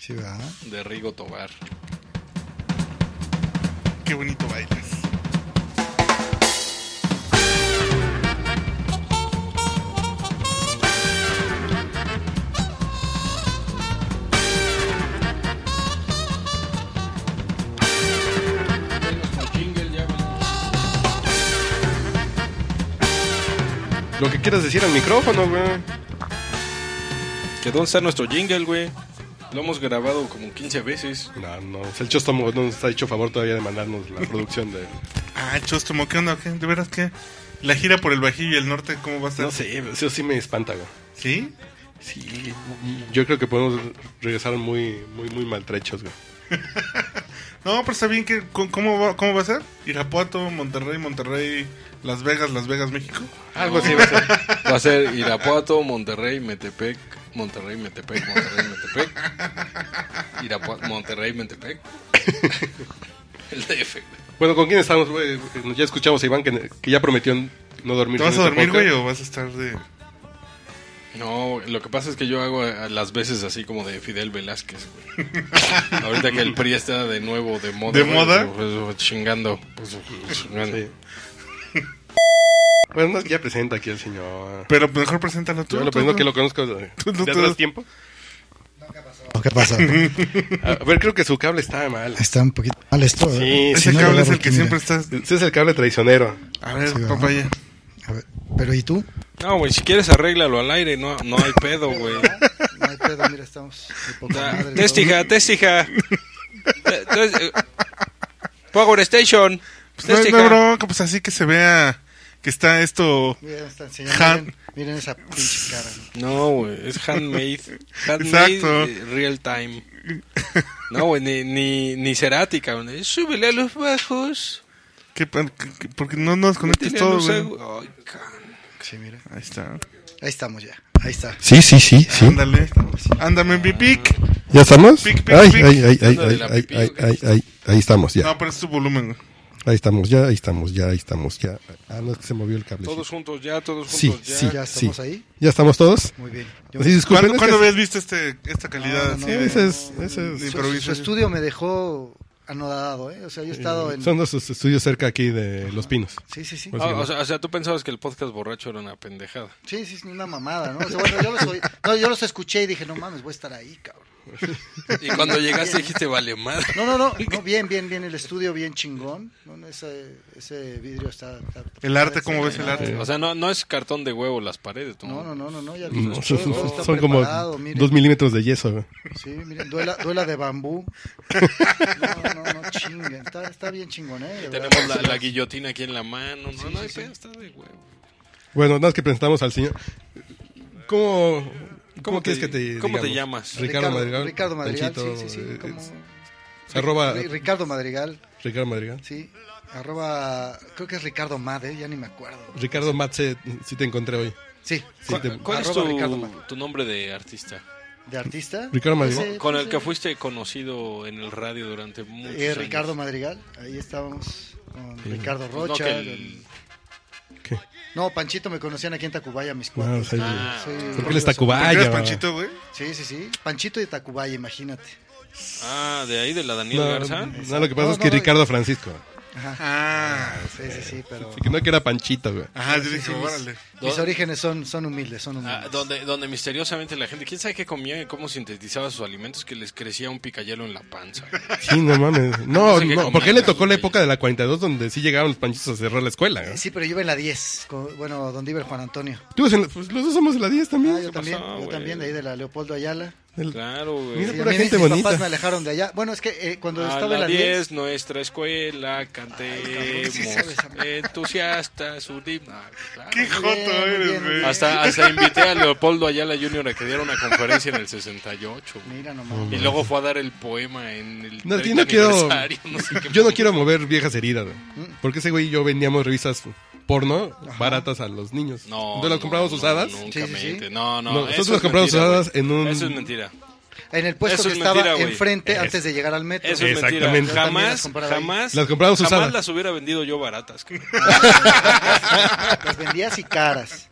Sí, ¿verdad? de Rigo Tobar. Qué bonito bailes. Lo que quieras decir al micrófono, güey. ¿Que dónde está nuestro jingle, güey? Lo hemos grabado como 15 veces. No, no. El Chostomo no nos ha hecho favor todavía de mandarnos la producción de. Ah, Chostomo, ¿qué onda? ¿Qué? ¿De veras que La gira por el Bajío y el Norte, ¿cómo va a estar? No sé, eso sí me espanta, güey. ¿Sí? Sí, yo creo que podemos regresar muy, muy, muy maltrechos, güey. No, pero está bien que... ¿cómo- ¿Cómo va, cómo va a ser? Irapuato, Monterrey, Monterrey, Las Vegas, Las Vegas, México. Algo así va a ser. Va a ser Irapuato, Monterrey, Metepec, Monterrey, Metepec, Monterrey, Metepec. Irapuato, Monterrey, Metepec. El DF, güey. Bueno, ¿con quién estamos, güey? eh, Ya escuchamos a Iván que, que ya prometió no dormir. ¿Te vas en a este dormir, podcast. güey, o vas a estar de...? No, lo que pasa es que yo hago a- a las veces así como de Fidel Velázquez, güey. Ahorita que el PRI está de nuevo de moda. ¿De güey, moda? pues, chingando. pues, chingando. Sí. Bueno, no, ya presenta aquí al señor. Pero mejor preséntalo tú. Yo lo tú, primero tú. que lo conozco de, Tú, tú, de tú. atrás tiempo. Ah, ¿Qué pasa? A ver, creo que su cable está mal. Está un poquito mal esto. Sí, ¿eh? Ese Si no lo cable es agarro el que aquí, siempre mira. estás... Ese es el cable traicionero. A ver, Sí, ¿verdad? papaya. A ver, pero ¿y tú? No, güey, si quieres arréglalo al aire, no, no hay pedo, güey. No hay pedo, mira, estamos de poca madre. Testija, testija. Eh, tes- eh, Power Station. Pues No, Testija. no, bronca, pues así que se vea que está esto... Mira, está Ja. enseñando. Miren, miren esa pinche cara. No, güey, es handmade. Handmade, Exacto. eh, real time. No, güey, ni, ni, ni Cerati, cabrón. Eh, Súbele a los bajos. que- que- porque no nos conectes métele a todo, los güey. agu- Ay, cabrón. Sí, mira. Ahí está. Ahí estamos ya. Ahí está. Sí, sí, sí, sí. Ándale. Ándame, pipic. ¿Ya estamos? Pic, pic, ay, pic. ay, ay, ay, Anda de ay, la ay, pipí, ay, ¿o qué? ay, ay, ahí estamos ya. Pues No, pero es tu volumen, güey. Ahí estamos ya, ahí estamos ya, ahí estamos ya. Ah, no, es que se movió el cable. Todos juntos ya, todos juntos Sí, ya. sí, ¿Ya sí. estamos ahí? ¿Ya estamos todos? Muy bien. Yo- Sí, ¿Cuándo, disculpen, es que cuándo es- habías visto este, esta calidad No, no, así no, de- Ese es, ese de es- su, improviso? su estudio me dejó anodado, ¿eh? O sea, yo he estado en... Son los estudios cerca aquí de Los Pinos. Sí, sí, sí. Pues- Ah, o, sea, o sea, tú pensabas que el podcast borracho era una pendejada. Sí, sí, es una mamada, ¿no? O sea, bueno, yo los, oí- no, yo los escuché y dije, no mames, voy a estar ahí, cabrón. Y cuando llegaste dijiste, vale madre. No, no, no, no, bien, bien, bien, el estudio bien chingón. No, no, ese, ese vidrio está... está- El arte, ¿cómo ves el está- arte? O sea, no, no es cartón de huevo las paredes. tú. No, no, no, no, no, ya No, lo escuché, Mm, son, son- todo está son como preparado, miren. dos milímetros de yeso. güey. Sí, miren, duela, duela de bambú. No, no, no, chinguen, está, está bien chingón, ¿eh? De verdad. Tenemos la, la guillotina aquí en la mano. No, no hay pedo, está de huevo. Bueno, nada más que presentamos al señor. ¿Cómo, cómo, ¿Cómo quieres te- que te cómo te digamos? llamas? Ricardo Madrigal. Ricardo Madrigal, Panchito, sí, sí, sí. eh, como- se arroba Ri- Ricardo Madrigal, Ricardo Madrigal. sí. Arroba, creo que es Ricardo Made, ya ni me acuerdo. Ricardo Matze, sí te encontré hoy. Sí, Sí, te- ¿Cuál es Arroba Ricardo tu, Mac. tu nombre de artista? de artista. Ricardo Madrigal. Ese, Con el ese- que fuiste conocido en el radio durante muchos Eh, años. Ricardo Madrigal, ahí estábamos con Ricardo Pues no, Rocha. que con- No, el- ¿Qué? Panchito me conocían aquí en Tacubaya, mis No, o cuates. sea, Ah, Sí, porque él es tacubaya. ¿Eres güey. Panchito, güey? Sí, sí, sí. Panchito de Tacubaya, imagínate. ah, de ahí, de la Daniel No, Garza. no, lo que pasa No, es que no, no. Ricardo Francisco. Ajá. Ah, Sí, sí, sí, pero Así que no que era Panchito, güey. ajá, yo dije, órale. mis orígenes son, son humildes, son Ah, humildes. donde, donde misteriosamente la gente, quién sabe qué comía y cómo sintetizaba sus alimentos, que les crecía un picayelo en la panza. Sí, no mames. No sé No, qué no, comían porque le esos tocó la güeyes. época de la 42 donde sí llegaban los panchitos a cerrar la escuela. Eh, güey. Sí, pero yo iba en la 10, con- bueno, donde iba el Juan Antonio. Tú, eres en la- pues, los dos somos de la 10 también. Ah, yo también, Ah, pasó, yo güey? también, de ahí de la Leopoldo Ayala. El- Claro, güey. Mira, Sí, pura a mí gente mis bonita. papás me alejaron de allá. Bueno, es que eh, cuando A estaba en Ah, la la 10, 10, nuestra escuela, cantemos, sí sabes, amigo. entusiastas, un himno. Ah, claro. Qué bien, joto muy eres, bien, muy güey. bien. Hasta, hasta invité a Leopoldo Ayala Jr. a que diera una conferencia en el 68. güey. mira nomás. Y luego fue a dar el poema en el No, 30 yo no quiero- aniversario, no sé qué Yo no mamá. quiero mover viejas heridas, güey. Porque ese güey y yo vendíamos revistas porno baratas a los niños. No, Entonces las compramos no, usadas. No, nunca Sí, sí, sí. mente. No, no. No, eso nosotros es las compramos mentira, usadas güey. en un- Eso es mentira. En el puesto Eso que es estaba mentira, güey. enfrente antes de llegar al metro. Eso es mentira. Exactamente. Yo también las Jamás, compraba ahí. jamás. Las compramos jamás usadas. las hubiera vendido yo baratas. cabrón. Las vendías y caras.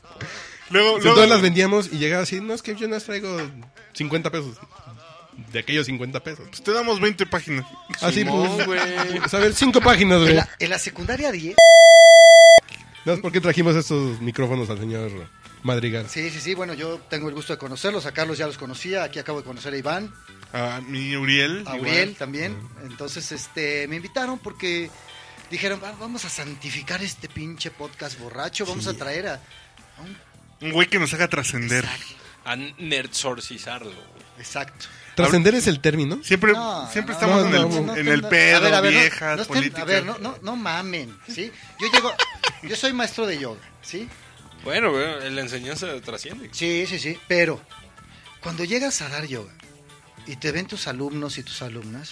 Luego, Entonces luego, las vendíamos y llegaba así, no, es que yo no traigo 50 pesos. de aquellos 50 pesos. Pues te damos 20 páginas. Así, Simón, pues. güey. pues, a ver, cinco páginas, En güey. la, en la secundaria 10. No es por qué trajimos estos micrófonos al señor Madrigal. Sí, sí, sí. Bueno, yo tengo el gusto de conocerlos. A Carlos ya los conocía. Aquí acabo de conocer a Iván, A mi Uriel. a igual. Uriel también. Entonces, este, me invitaron porque dijeron, "Ah, vamos a santificar este pinche podcast borracho. Vamos a traer a, a un... Un güey que nos haga trascender. Exacto. A nerdsorcizarlo, güey. Exacto. Trascender es el término. Siempre, No, siempre no, estamos no, en el, no, no, en el pedo, A ver, a ver, no- viejas, no estén- política. A ver, no, no, no mamen, ¿sí? Yo llego, yo soy maestro de yoga, ¿sí? Bueno, güey, la enseñanza trasciende. Sí, sí, sí, pero cuando llegas a dar yoga y te ven tus alumnos y tus alumnas,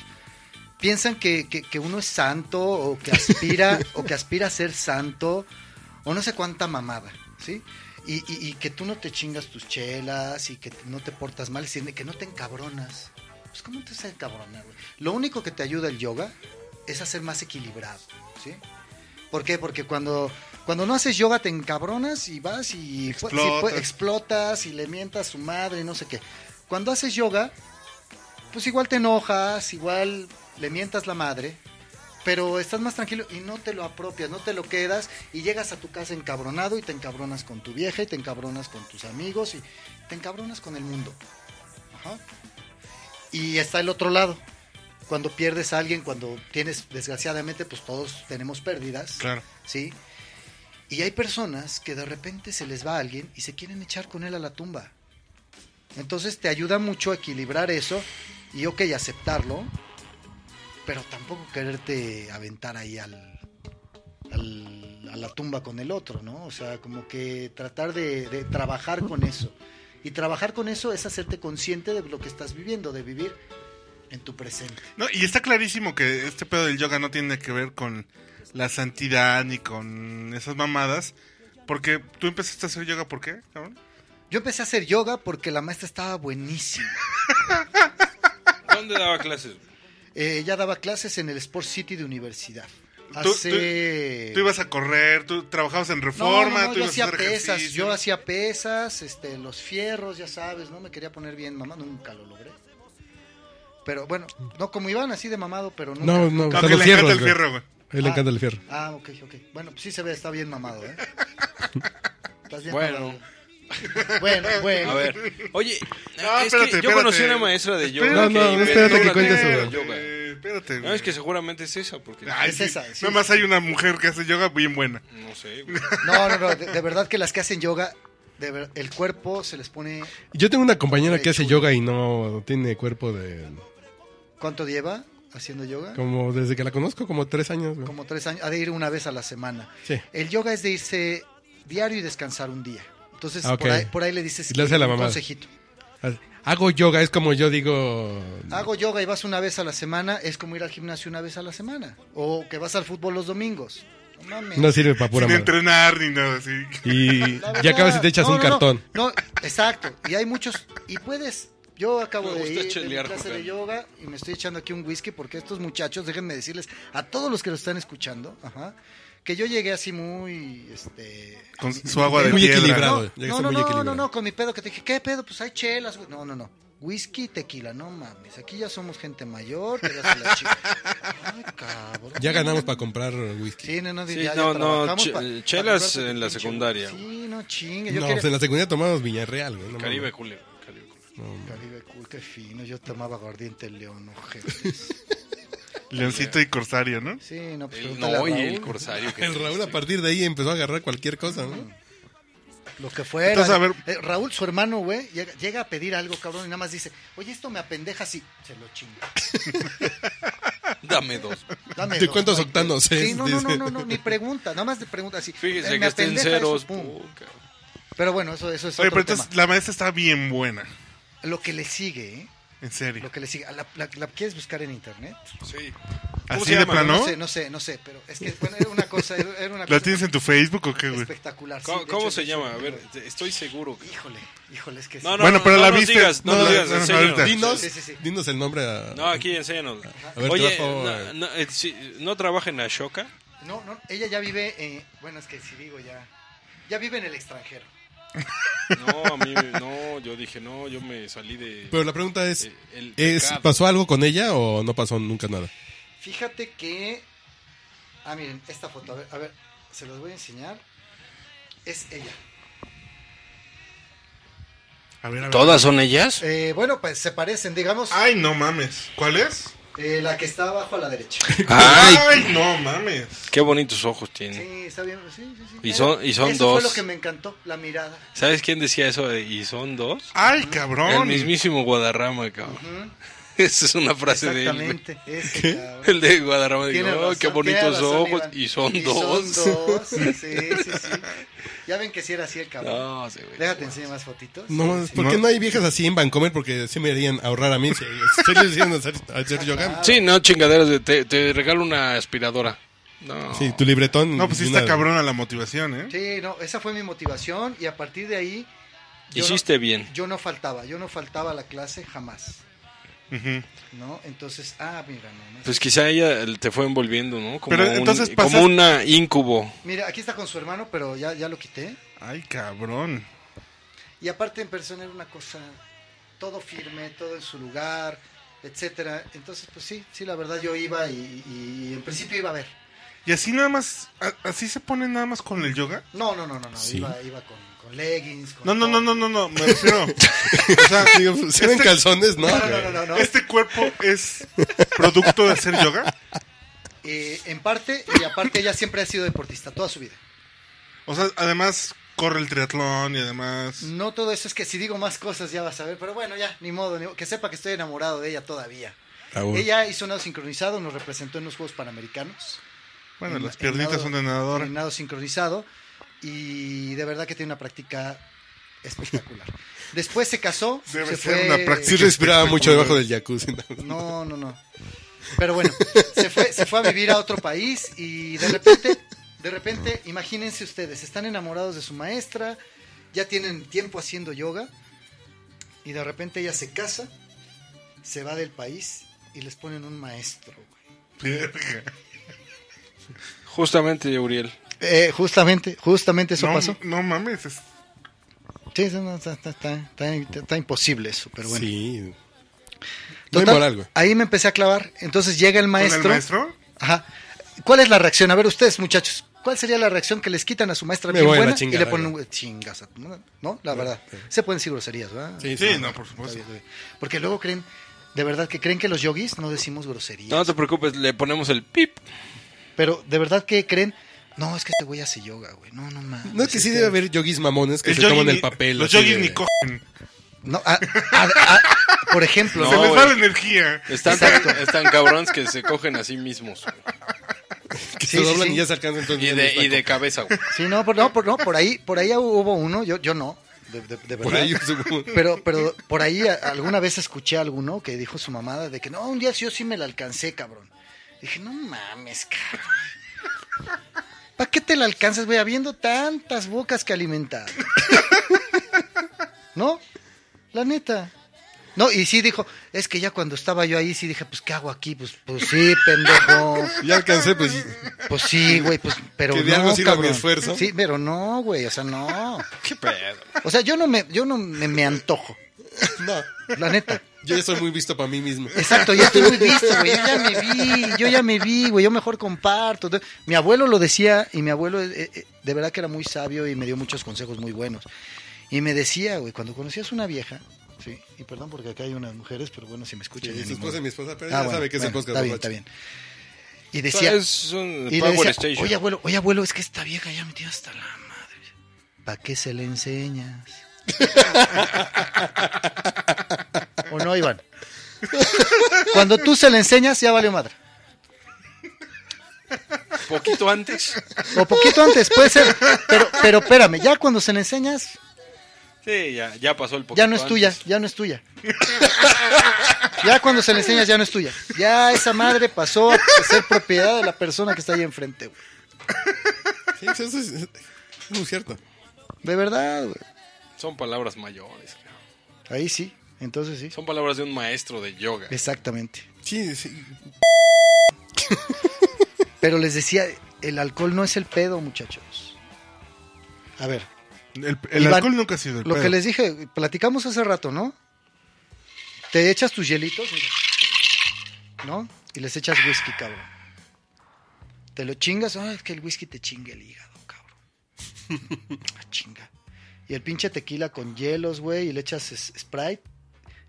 piensan que, que- que uno es santo o que aspira o que aspira a ser santo o no sé cuánta mamada, ¿sí? Y, y- y que tú no te chingas tus chelas y que no te portas mal, sino que no te encabronas. Pues, ¿cómo te vas a encabronar, güey? Lo único que te ayuda el yoga es a ser más equilibrado, ¿sí? ¿Por qué? Porque cuando, cuando no haces yoga te encabronas y vas y fu- si fue- Explotas. explotas y le mientas a su madre y no sé qué. Cuando haces yoga, pues igual te enojas, igual le mientas la madre, pero estás más tranquilo y no te lo apropias, no te lo quedas y llegas a tu casa encabronado y te encabronas con tu vieja y te encabronas con tus amigos y te encabronas con el mundo. Ajá. Y está el otro lado. Cuando pierdes a alguien, cuando tienes, desgraciadamente, pues todos tenemos pérdidas. Claro. ¿sí? Y hay personas que de repente se les va a alguien y se quieren echar con él a la tumba. Entonces te ayuda mucho a equilibrar eso y ok, aceptarlo, pero tampoco quererte aventar ahí al, al- a la tumba con el otro, ¿no? O sea, como que tratar de, de trabajar con eso. Y trabajar con eso es hacerte consciente de lo que estás viviendo, de vivir en tu presente. No, y está clarísimo que este pedo del yoga no tiene que ver con la santidad ni con esas mamadas. Porque tú empezaste a hacer yoga, ¿por qué? cabrón? Yo empecé a hacer yoga porque la maestra estaba buenísima. ¿Dónde daba clases? güey? Eh, ya daba clases en el Sport City de universidad. Tú- Hace... Tú ibas a correr, tú trabajabas en Eh. No, no, no, reforma, tú yo ibas a hacía hacer pesas, ejercicio. yo hacía pesas, este, los fierros, ya sabes, no me quería poner bien, mamá, nunca lo logré. Pero bueno, no como Iván, así de mamado, pero nunca. No, no, No, o sea, que los le encanta fierros, el güey. fierro, güey. A él le Ah. encanta el fierro. Ah, ok, ok. Bueno, pues sí se ve, está bien mamado, ¿eh? Estás bien Bueno. mamado. Bueno, bueno. A ver, oye, No, es espérate, que yo conocí espérate. una maestra de yoga. No, no, que inventó espérate que una cuente clase eso, de güey. yoga. Espérate, No, güey. es que seguramente es esa, porque Ay, Es sí. esa, sí, Nada más hay una mujer que hace yoga bien buena. no sé. güey. No, no, no, de, de verdad que las que hacen yoga, de ver- el cuerpo se les pone... Yo tengo una compañera que hace yoga y no tiene cuerpo de... ¿Cuánto lleva haciendo yoga? Como desde que la conozco, como tres años, güey. Como tres años, ha de ir una vez a la semana. Sí. El yoga es de irse diario y descansar un día. Entonces, Ah, ok. por, ahí, por ahí le dices Y le hace que- la un mamada. consejito. Hago yoga, es como yo digo... Hago yoga y vas una vez a la semana, es como ir al gimnasio una vez a la semana. O que vas al fútbol los domingos. No mames. No sirve para pura sin madre. entrenar ni nada así. Y La verdad. ya acabas y te echas No, un no, no. cartón. No, exacto. Y hay muchos. Y puedes. Yo acabo Me de gusta ir de mi chelear, clase de Juan. yoga y me estoy echando aquí un whisky porque estos muchachos, déjenme decirles a todos los que lo están escuchando, ajá, que yo llegué así muy, este, Con su agua de Muy piedra. equilibrado. No, ya no, está no, muy no, equilibrado. no, no, con mi pedo que te dije, ¿qué pedo? Pues hay chelas, güey. No, no, no. Whisky y tequila, no mames. Aquí ya somos gente mayor, te das a la chica. Ay, cabrón. Ya ganamos para comprar whisky. Sí, no, no, Sí, ya- ya no, no, trabajamos che- pa- eh, pa chelas comprarte en la pinche secundaria. whisky. Sí, no chingue. Yo No, quería- pues en la secundaria tomamos Villarreal, güey. no Caribe mames. culero. Caribe culero. Caribe, cool, qué fino. Yo tomaba aguardiente león, ojetes. Leoncito y corsario, ¿no? Sí, no, pues El, pregúntale a no, y el Raúl, corsario. que- El Raúl a partir de ahí empezó a agarrar cualquier cosa, ¿no? Lo que fuera. Entonces, a ver- Eh, Raúl, su hermano, güey, llega, llega a pedir algo, cabrón, y nada más dice, oye, esto me apendeja así. Se lo chinga. Dame dos. Dame ¿De dos, cuántos güey. octanos es? Sí, no, no, no, Dice. no, no, ni pregunta, nada más de pregunta así. Fíjese eh, me que está en apendeja eso, ceros. pum. puca. Pero bueno, eso, eso es Oye, otro pero entonces tema. la maestra está bien buena. Lo que le sigue, ¿eh? En serio. Lo que le sigue. ¿La, la- la quieres buscar en internet? Sí. ¿Cómo ¿Así se de llama? plano? No sé, no sé, no sé, pero es que, bueno, era una cosa, era una ¿La cosa tienes en tu Facebook o qué, güey? espectacular. sí, ¿Cómo, de cómo hecho, se de hecho, llama? A ver, te- estoy seguro. que- Híjole, híjole, es que sí. No, no, Bueno, no, pero no la nos viste. digas, no, No, nos digas, no, no, enséñanos. ahorita. Dinos, Sí, sí, sí. dinos el nombre a... No, aquí enséñanos. A ver, te Oye, vas, por favor. no, no, eh, sí, ¿no trabaja en Ashoka? No, no, ella ya vive, eh, bueno, es que si digo ya, ya vive en el extranjero. No, a mí, me- no, yo dije, no, yo me salí de... eh, Pero la pregunta es, el- el es pecado. ¿pasó algo con ella o no pasó nunca nada? Fíjate que. Ah, miren, esta foto. A ver, a ver, se los voy a enseñar. Es ella. A ver, a ver. ¿Todas son ellas? Eh, bueno, pues se parecen, digamos. Ay, no mames. ¿Cuál es? eh, la que está abajo a la derecha. ¡Ay! no mames. Qué bonitos ojos tiene. Sí, está bien. Sí, sí, sí. Y son- y son Eso dos. fue lo que me encantó, la mirada. ¿Sabes quién decía eso de y son dos? Ay, El cabrón. mismísimo Guadarrama, cabrón. Ujú, Esa es una frase de él. güey. Exactamente. ese cabrón. El de Guadarrama dijo, Tiene "Oh, razón, qué tiene bonitos razón, ojos. Iván. Y son dos. dos, Sí, sí, sí. Ya ven que si era así el cabrón. No, sí, güey. Déjate enseñar más fotitos. No, mames, Sí, ¿por No. qué no hay viejas así en Vancomer? Porque sí me harían ahorrar a mí si si les hicieran hacer, hacer yoga. Sí, no, chingaderas, de- te, te regalo una aspiradora. No. Sí, tu libretón. No, pues sí y está una- cabrona la motivación, ¿eh? Sí, no, esa fue mi motivación y a partir de ahí yo no- Hiciste bien. yo no faltaba, yo no faltaba a la clase jamás, Ujú. ¿no? Entonces, ah, mira, no, no. Pues quizá ella te fue envolviendo, ¿no? Como, Pero un- entonces pasas- como una incubo. Mira, aquí está con su hermano, pero ya, ya lo quité. Ay, cabrón. Y aparte en persona era una cosa, todo firme, todo en su lugar, etcétera. Entonces, pues sí, sí, la verdad yo iba y, y en principio iba a ver. Y así nada más, a- así se ponen nada más con el yoga. No, no, no, no, no, Sí. iba, iba con, con leggings. Con No, no, no, todo. no, no, no, me refiero. O sea, Digo, pues, si eran Este- calzones, ¿no? No, no, no, no, no. este cuerpo es producto de hacer yoga. Eh, en parte, y aparte ella siempre ha sido deportista, toda su vida. O sea, además corre el triatlón y además. No todo eso, es que si digo más cosas ya vas a ver, pero bueno, ya, ni modo, ni modo. que sepa que estoy enamorado de ella todavía. Ah, bueno. Ella hizo nado sincronizado, nos representó en los Juegos Panamericanos, Bueno, en- las en piernitas nado- son de nadadora. en nado sincronizado, y de verdad que tiene una práctica espectacular. Después se casó, Debe se ser fue- una práctica. Sí respiraba mucho debajo del jacuzzi. Ah, ¿no? No, no, no. Pero bueno, se fue, se fue a vivir a otro país y de repente, de repente, imagínense ustedes, están enamorados de su maestra, ya tienen tiempo haciendo yoga y de repente ella se casa, se va del país y les ponen un maestro. güey. Justamente, Uriel. Eh, justamente, justamente eso no, pasó. no mames, es- Sí, eso no, está, está- está- está- está imposible eso, pero bueno. Sí. No hay Total, moral, güey. ahí me empecé a clavar. Entonces llega ¿con el el maestro. maestro? Ajá. ¿Cuál es la reacción? A ver, ustedes, muchachos, ¿cuál sería la reacción que les quitan a su maestra Me bien voy a la buena y chingada, le ponen güey. un chingas? a tu madre? ¿No? La verdad. Se pueden decir groserías, ¿verdad? Sí, Sí, sí. no, por Está supuesto. bien, está bien. Porque luego creen, de verdad, que creen que los yogis no decimos groserías. No te preocupes, le ponemos el pip. Pero de verdad que creen, no, es que este güey hace yoga, güey. No, no mames. No, que sí este- debe haber yogis mamones que El se yogui toman el ni- papel. Los así yogis de- ni cogen. No, a- a- a- por ejemplo, No, Se les va güey. la energía. Están, Exacto. están cabrones que se cogen a sí mismos. güey. Que Sí, se sí, doblan sí. y ya se alcanzan. entonces Y ya de, no y está de cabeza, güey. Sí, no, por, no, por, no, por ahí, por ahí hubo uno, yo, yo no, de, de- de verdad. Por ahí, supongo. Pero, pero por ahí a- alguna vez escuché a alguno que dijo su mamada de que no, un día sí yo sí me la alcancé, cabrón. Dije, no mames, cabrón. ¿Para qué te la alcanzas, güey? Habiendo tantas bocas que alimentar. ¿No? La neta. No, y sí dijo, es que ya cuando estaba yo ahí, sí dije, pues, ¿qué hago aquí? Pues, pues sí, pendejo. Ya alcancé, pues. Pues sí, güey, pues, pero Que de no, algo sirva mi cabrón. esfuerzo. Sí, pero no, güey, o sea, no. Qué pedo. O sea, yo no me, yo no me, me antojo, No, la neta. yo ya soy muy visto para mí mismo. Exacto, ya estoy muy visto, güey. Yo ya me vi, yo ya me vi, güey. Yo mejor comparto. Mi abuelo lo decía y mi abuelo eh, eh, de verdad que era muy sabio y me dio muchos consejos muy buenos. Y me decía, güey, cuando conocías una vieja, sí, y perdón porque acá hay unas mujeres, pero bueno, si me Sí, escuchan. ya Su ni modo. esposa y mi esposa, pero Ah, ya bueno, sabe que es el bueno, podcast. Está bien, está borracho. bien. Y decía, es un y le Power decía, Station. oye abuelo, oye abuelo, es que esta vieja ya me tiene hasta la madre. ¿Para qué se le enseñas? ¿O no, Iván? Cuando tú se le enseñas, ya valió madre. Poquito antes. O poquito antes, puede ser. Pero, pero espérame, ya cuando se le enseñas, Sí, ya, ya pasó el poquito ya no es tuya, antes. ya no es tuya. Ya cuando se le enseñas, ya no es tuya. Ya esa madre pasó a ser propiedad de la persona que está ahí enfrente, güey. Sí, eso es, es muy cierto. De verdad, güey. Son palabras mayores. cabrón. Ahí sí, entonces sí. Son palabras de un maestro de yoga. Exactamente. Sí, sí. Pero les decía, el alcohol no es el pedo, muchachos. A ver, El, el Iván, alcohol nunca ha sido el Lo pedo. que les dije, platicamos hace rato, ¿no? Te echas tus hielitos, mira, ¿no? Y les echas whisky, cabrón. Te lo chingas, ah, es que el whisky te chingue el hígado, cabrón. Ah, chinga. Y el pinche tequila con hielos, güey, y le echas es- Sprite.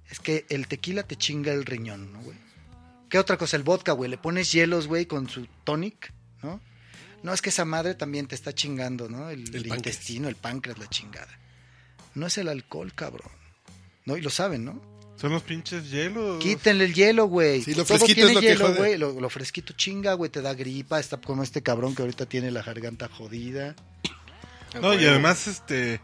Es que el tequila te chinga el riñón, ¿no, güey? ¿Qué otra cosa? El vodka, güey. Le pones hielos, güey, con su tonic, ¿no? No, es que esa madre también te está chingando, ¿no? El, El el páncreas. intestino, el páncreas, la chingada. No es el alcohol, cabrón. No, y lo saben, ¿no? Son los pinches hielos. Quítenle el hielo, güey. Sí, lo Todo fresquito tiene es lo que hielo, jode. güey. Lo, lo fresquito chinga, güey. Te da gripa. Está como este cabrón que ahorita tiene la garganta jodida. No, y además, este.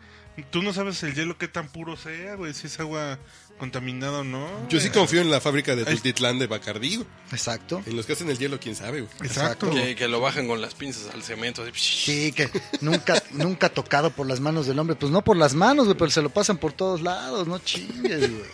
Tú no sabes el hielo qué tan puro sea, güey. Si es agua contaminada o no. Yo sí güey. confío en la fábrica de Ahí- Tultitlán de Bacardí. güey. Exacto. En los que hacen el hielo, quién sabe, güey. Exacto. Que, que lo bajan con las pinzas al cemento. así, Sí, que nunca, nunca tocado por las manos del hombre. Pues no por las manos, güey, pero se lo pasan por todos lados. No chingues, güey.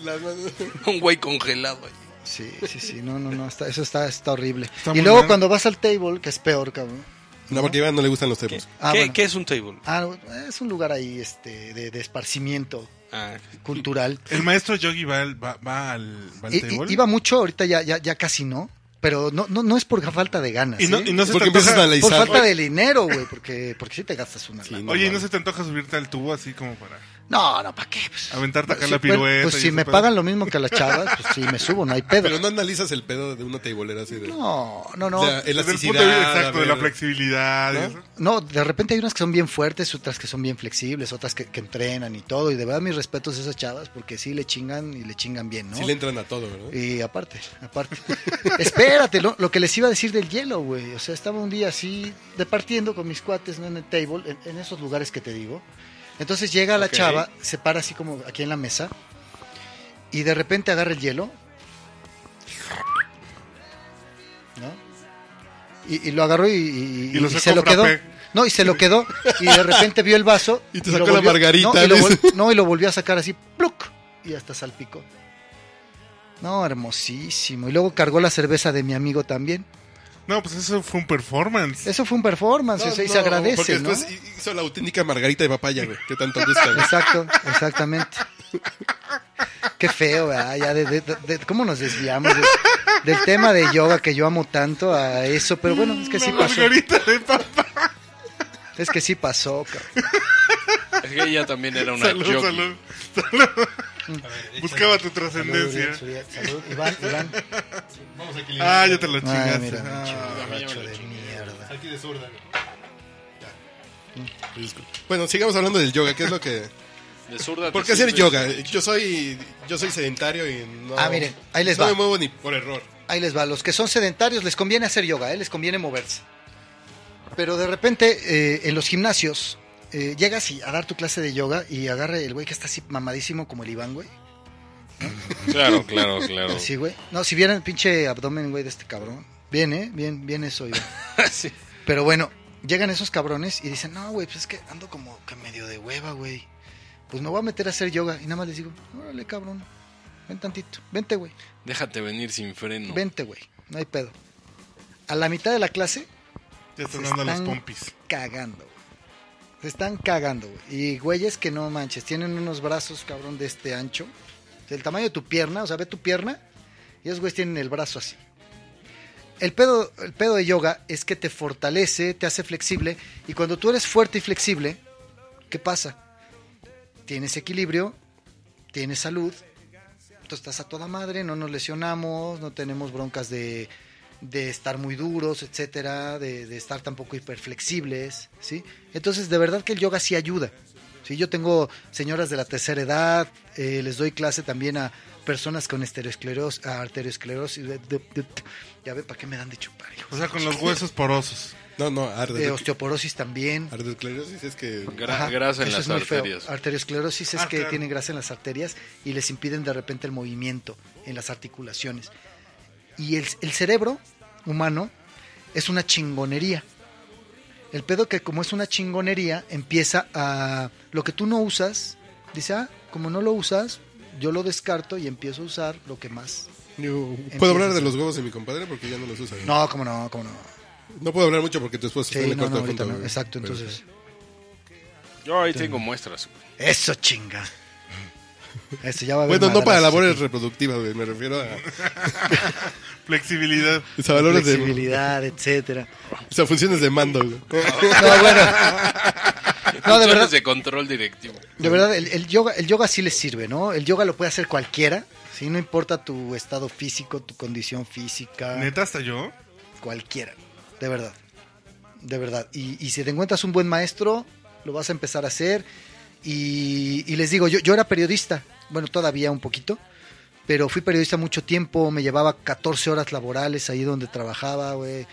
Las manos- Un güey congelado ahí. Sí, sí, sí. No, no, no. está- eso está, está horrible. Está y muy luego mal. cuando vas al table, que es peor, cabrón. No, porque a Iván no le gustan los ¿Qué, tepos. Ah, qué- bueno. qué es un table? Ah, es un lugar ahí este, de, de esparcimiento Ah, cultural. El maestro Yogi va al, va, va al, va al I- table. i- iba mucho, ahorita ya, ya, ya casi no. Pero no, no, no es por falta de ganas. y no, ¿eh? y no se te Porque empiezas antoja. a analizar. Por falta de dinero, güey, porque, porque si te gastas una Sí, lana. Oye, ¿y no mames. se te antoja subirte al tubo así como para No, no, ¿para qué? Pues, aventarte acá si- la pirueta? Pues y si ese me pedo? pagan lo mismo que a las chavas, pues sí, me subo, no hay pedo. Pero no analizas el pedo de una teibolera así de. No, no, no. de la Desde el elasticidad. punto de vista exacto a de la ver. flexibilidad. y ¿No? eso. No, de repente hay unas que son bien fuertes, otras que son bien flexibles, otras que, que entrenan y todo. Y de verdad mis respetos a esas chavas porque sí le chingan y le chingan bien, ¿no? Sí le entran a todo, ¿verdad? Y aparte, aparte. Espérate, lo, lo que les iba a decir del hielo, güey. O sea, estaba un día así, departiendo con mis cuates, ¿no? En el table, en, en esos lugares que te digo. Entonces llega la Ok. chava, se para así como aquí en la mesa, y de repente agarra el hielo. ¿No? Y, y lo agarró y, y- Y lo y sacó se lo quedó. frappé. No, y se lo quedó. Y de repente vio el vaso. Y te lo sacó la margarita, No y, lo dice. vol- no, y lo volvió a sacar así, ¡pluc! Y hasta salpicó. No, hermosísimo. Y luego cargó la cerveza de mi amigo también. No, pues eso fue un performance. Eso fue un performance, o sea, y se Porque agradece, ¿no? después hizo la auténtica margarita de papaya, güey. Que tanto gusta, güey. Exacto, exactamente. Qué feo, ¿verdad? Ya de, de- de- de- ¿Cómo nos desviamos de- del tema de yoga que yo amo tanto a eso? Pero bueno, es que sí Una pasó. margarita de papá. Es que sí pasó, cabrón. es que ella también era una Salud, jockey. salud. Buscaba tu trascendencia. Salud, Uriel, salud. Iván, Iván. Ah, ya te lo Ay, chingaste. mira, Ah. macho de mierda. Aquí de zurda, Bueno, sigamos hablando del yoga, ¿qué es lo que...? De zurda ¿Por te qué hacer sirve- yoga? Yo soy yo soy sedentario y no... Ah, miren, ahí les no va. me muevo ni por error. Ahí les va, los que son sedentarios les conviene hacer yoga, ¿eh? les conviene moverse. Pero de repente eh, en los gimnasios eh, llegas y a dar tu clase de yoga y agarre el güey que está así mamadísimo como el Iván, güey. Claro, claro, claro. Así, güey. No, si vieran el pinche abdomen, güey, de este cabrón. Bien, ¿eh? Bien, bien eso, Iván. Sí. Pero bueno, llegan esos cabrones y dicen, no, güey, pues es que ando como que medio de hueva, güey. Pues me voy a meter a hacer yoga. Y nada más les digo, órale, cabrón. Ven tantito. Vente, güey. Déjate venir sin freno. Vente, güey. No hay pedo. A la mitad de la clase Ya están Se dando los están- pompis. cagando. güey. Se están cagando, güey. Y güeyes que no manches, tienen unos brazos, cabrón, de este ancho. Del tamaño de tu pierna, o sea, ve tu pierna. Y esos güeyes tienen el brazo así. El pedo, el pedo de yoga es que te fortalece, te hace flexible. Y cuando tú eres fuerte y flexible, ¿qué pasa? Tienes equilibrio, tienes salud. Tú estás a toda madre, no nos lesionamos, no tenemos broncas de, de estar muy duros, etcétera, de, de estar tampoco hiperflexibles, ¿sí? Entonces, de verdad que el yoga sí ayuda. ¿sí? Yo tengo señoras de la tercera edad, eh, les doy clase también a personas con estereosclerosis, a arteriosclerosis. de- de- de- ya ve, ¿para qué me dan de chupar? hijo? O sea, con los huesos porosos. No, no, arde. Eh, osteoporosis también. Arteriosclerosis es que... Gra- Ajá, grasa en eso las es muy feo. arterias. Arteriosclerosis es Ah, que claro. tienen grasa en las arterias y les impiden de repente el movimiento en las articulaciones. Y el, el cerebro humano es una chingonería. El pedo que como es una chingonería empieza a... Lo que tú no usas, dice, ah, como no lo usas, yo lo descarto y empiezo a usar lo que más... Yo- Empiezas. ¿Puedo hablar de los huevos de mi compadre? Porque ya no los usa. güey. No, como no, como no. No puedo hablar mucho porque tu esposo Sí, está en no, la corte no, de ahorita punta, no. güey. Exacto, Pero- entonces... Yo ahí tengo muestras, güey. Eso chinga. Eso ya va a haber Bueno, no para madrazos labores aquí. reproductivas, güey. Me refiero a, Flexibilidad. a valores de. flexibilidad, etcétera. O sea, funciones de mando, güey. No, bueno. No, de Funciones verdad, de control directivo. de verdad el, el yoga, el yoga sí les sirve, ¿no? El yoga lo puede hacer cualquiera, ¿sí? No importa tu estado físico, tu condición física, Neta, hasta yo. cualquiera, de verdad, de verdad. Y, y si te encuentras un buen maestro, lo vas a empezar a hacer. Y, y les digo, yo, yo era periodista, bueno, todavía un poquito, pero fui periodista mucho tiempo, me llevaba 14 horas laborales ahí donde trabajaba, güey.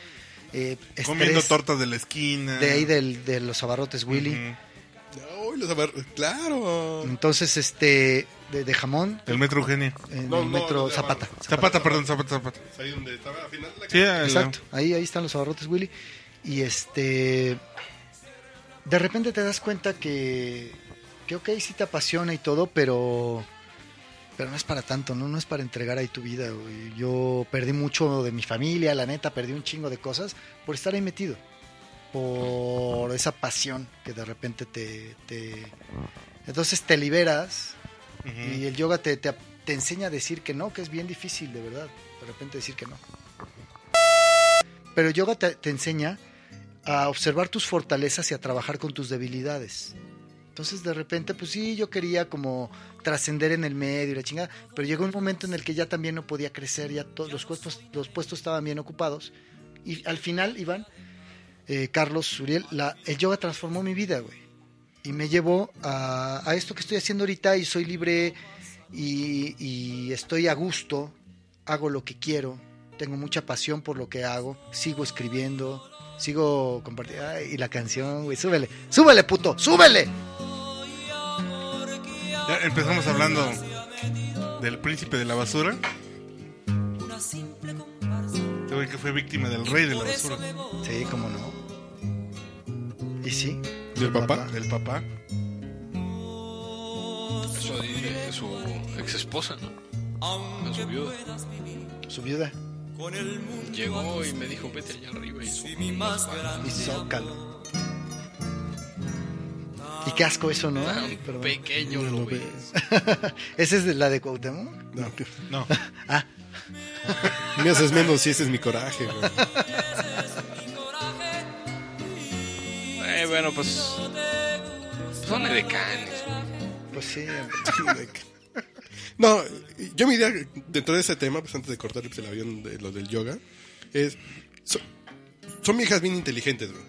Eh, Comiendo estrés tortas de la esquina. de ahí del- de los abarrotes Willy. Ujú. Ay, los abar- Claro. Entonces, este, de, de jamón, Del metro Eugenia. en No, el no, metro no, Zapata. Zapata, perdón, Zapata, Zapata. Ahí donde estaba al final de la Sí, a la- Exacto, ahí, ahí están los abarrotes Willy. Y este, de repente te das cuenta que, que ok, sí te apasiona y todo, pero, pero no es para tanto, ¿no? No es para entregar ahí tu vida. güey. Yo perdí mucho de mi familia, la neta, perdí un chingo de cosas por estar ahí metido. Por esa pasión que de repente te- te... Entonces te liberas Ujú. Y el yoga te, te, te enseña a decir que no, que es bien difícil, de verdad. De repente decir que no. Pero yoga te, te enseña a observar tus fortalezas y a trabajar con tus debilidades. Entonces, de repente, pues sí, yo quería como trascender en el medio y la chingada, pero llegó un momento en el que ya también no podía crecer, ya todos los puestos, los puestos estaban bien ocupados. Y al final, Iván, eh, Carlos, Uriel, la, el yoga transformó mi vida, güey y me llevó a, a esto que estoy haciendo ahorita y soy libre y, y estoy a gusto, hago lo que quiero, tengo mucha pasión por lo que hago, sigo escribiendo, sigo compartiendo. Ay, y la canción, güey, súbele, súbele, puto, súbele. Ya empezamos hablando del príncipe de la basura. Este güey que fue víctima del rey de la basura. Sí, cómo no. Y sí, ¿Del papá? Del papá. Eso dice su ex esposa, ¿no? A su viuda. su viuda Llegó y me dijo, vete allá arriba. Y su- y Zócalo. Y qué asco eso, ¿no? tan Ay, perdón. pequeño lo ves. Esa es de la de Cuauhtémoc. No. No. Me haces menos si ese es mi coraje, güey. Eh, bueno, pues... Son de canes. Pues sí, No, yo mi idea dentro de ese tema, pues antes de cortar pues, el avión de lo del yoga, es. so- son viejas bien inteligentes, güey.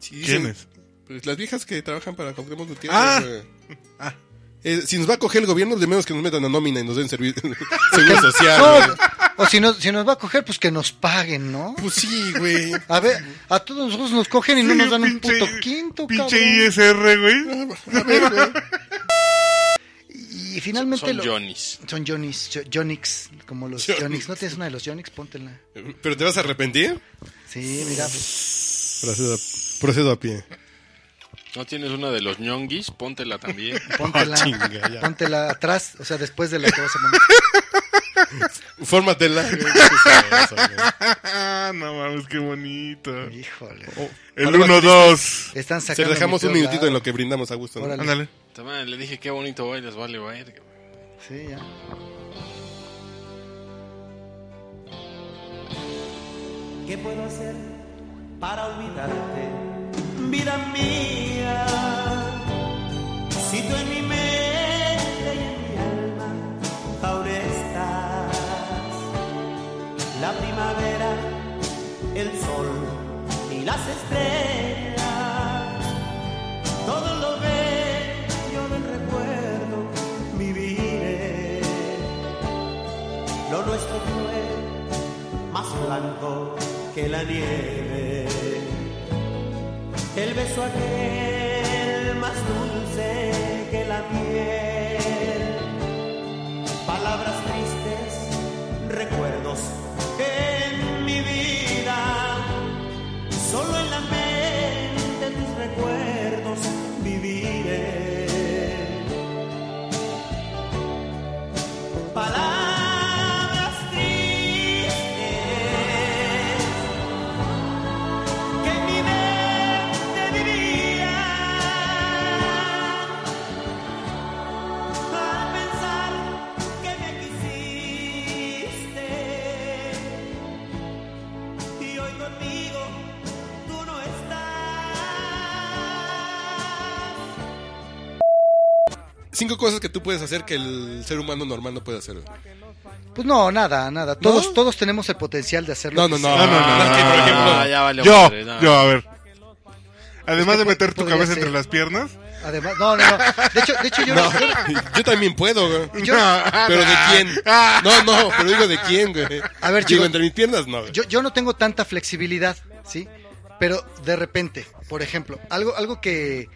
Si dicen- ¿Quiénes? Pues las viejas que trabajan para Cuauhtémoc Gutiérrez, Ah. güey. Ah. Eh, si nos va a coger el gobierno, de menos que nos metan a nómina y nos den servi- seguro social. güey. O si nos, si nos va a coger, pues que nos paguen, ¿no? Pues sí, güey. A ver, a todos nosotros nos cogen y no Sí, nos dan un pinche- puto quinto, Pinche cabrón. ISR, güey. A ver, güey. Y, y finalmente Son lo- Johnny's. son Johnny's, Jo- Johnny's, como los Johnny's. Johnny's. ¿No tienes una de los Johnny's? Póntela. ¿Pero te vas a arrepentir? Sí, mira, pues, Procedo a, procedo a pie. ¿No tienes una de los ñonguis? Póntela también. póntela. Ah, chinga, ya. póntela atrás, o sea, después de la que vas a poner. Fórmatela. Ah, no mames, qué bonito. Híjole. El Ahora 1-2. Están sacando. Oh, Se lo dejamos mi un minutito en peor lo que brindamos a gusto. ¿no? Órale. Ándale. También le dije, qué bonito bailas, vale, vale. lado. Sí, ya. ¿Qué puedo hacer para olvidarte, vida mía? Si tú en mi mente y en mi alma ahora estás, la primavera, el sol y las estrellas, todo lo bello del recuerdo viviré. Lo nuestro fue más blanco que la nieve. El beso aquel más dulce que la piel. Palabras tristes, recuerdos en mi vida. Solo en la mente tus recuerdos viviré. palabras tristes que en mi mente vivían cinco cosas que tú puedes hacer que el ser humano normal no puede hacer. güey. Pues no, nada, nada. Todos, todos tenemos el potencial de hacerlo. No, no, no. Las que, por ejemplo, Ah, ya valió Yo, madre, no. yo, a ver. Además de po- meter tu podría cabeza ser. entre las piernas. Además, no, no, no. De hecho, de hecho yo, no. yo- Yo también puedo, güey. Yo- Pero de quién? No, no, pero digo de quién, güey. A ver, digo chico. entre mis piernas, no. güey. yo, yo no tengo tanta flexibilidad, ¿sí? Pero de repente, por ejemplo, algo, algo que...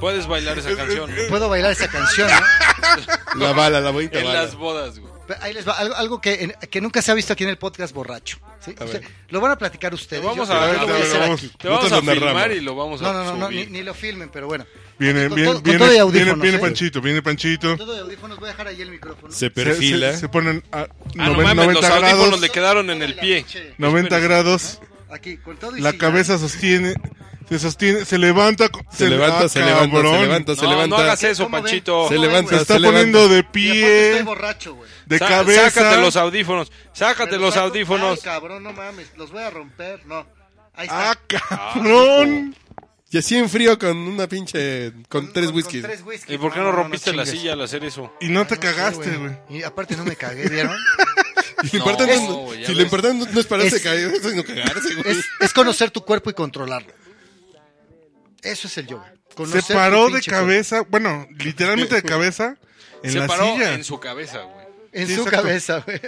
Puedes bailar esa canción güey. Puedo bailar esa canción, ¿no? La bala, la bonita en bala. las bodas, güey. Pero Ahí les va, algo, algo que, en- que nunca se ha visto aquí en el podcast borracho. ¿sí? A Usted- ver. lo van a platicar ustedes. Te vamos yo- a, ver, lo voy a no, hacer no, aquí. Te no vamos te a lo narramos. filmar y lo vamos a No, no, no, no, ni, subir. Ah, ni lo filmen, pero bueno. Viene, Con viene, todo- con viene, todo y viene- audífonos, viene ¿eh? Panchito, viene Panchito. Todo de audífonos, voy a dejar ahí el micrófono. Se Se- perfila. Se, se ponen a ¿eh? Ah, no noven- mames, los 90 audífonos grados. le quedaron en el pie. 90 grados. Aquí, con todo y La sin- cabeza sostiene. Se sostiene. Se levanta. co- Se levanta, ah, se levanta, se cabrón. levanta, se No, no levanta. hagas eso, ¿Cómo ven? Panchito. Se ¿Cómo ven, levanta, Se güey? está Se levanta. poniendo de Y aparte estoy pie. borracho, güey. De Sa- cabeza. Sácate los audífonos. Me Sácate los saco- audífonos. Ay, cabrón, no mames, los voy a romper, no. Ahí está. Ah, cabrón. Ah, Y así en frío con una pinche. con tres Con- whiskies. con tres whiskies. ¿Y por qué no rompiste la silla al hacer eso? Y no Ay, te Ah, no sé, cagaste, güey. Y aparte no me cagué, ¿vieron? Si lo No, importante no, no- güey, ya si lo ves. importante no- no es pararse Es- caer, sino cagarse, güey. es, es conocer tu cuerpo y controlarlo. Eso es el yoga. Se Conocer paró tu de pinche cuerpo. cabeza. Bueno, literalmente de cabeza. En Se la paró silla. en su cabeza, güey. En Sí, su exacto. cabeza, güey.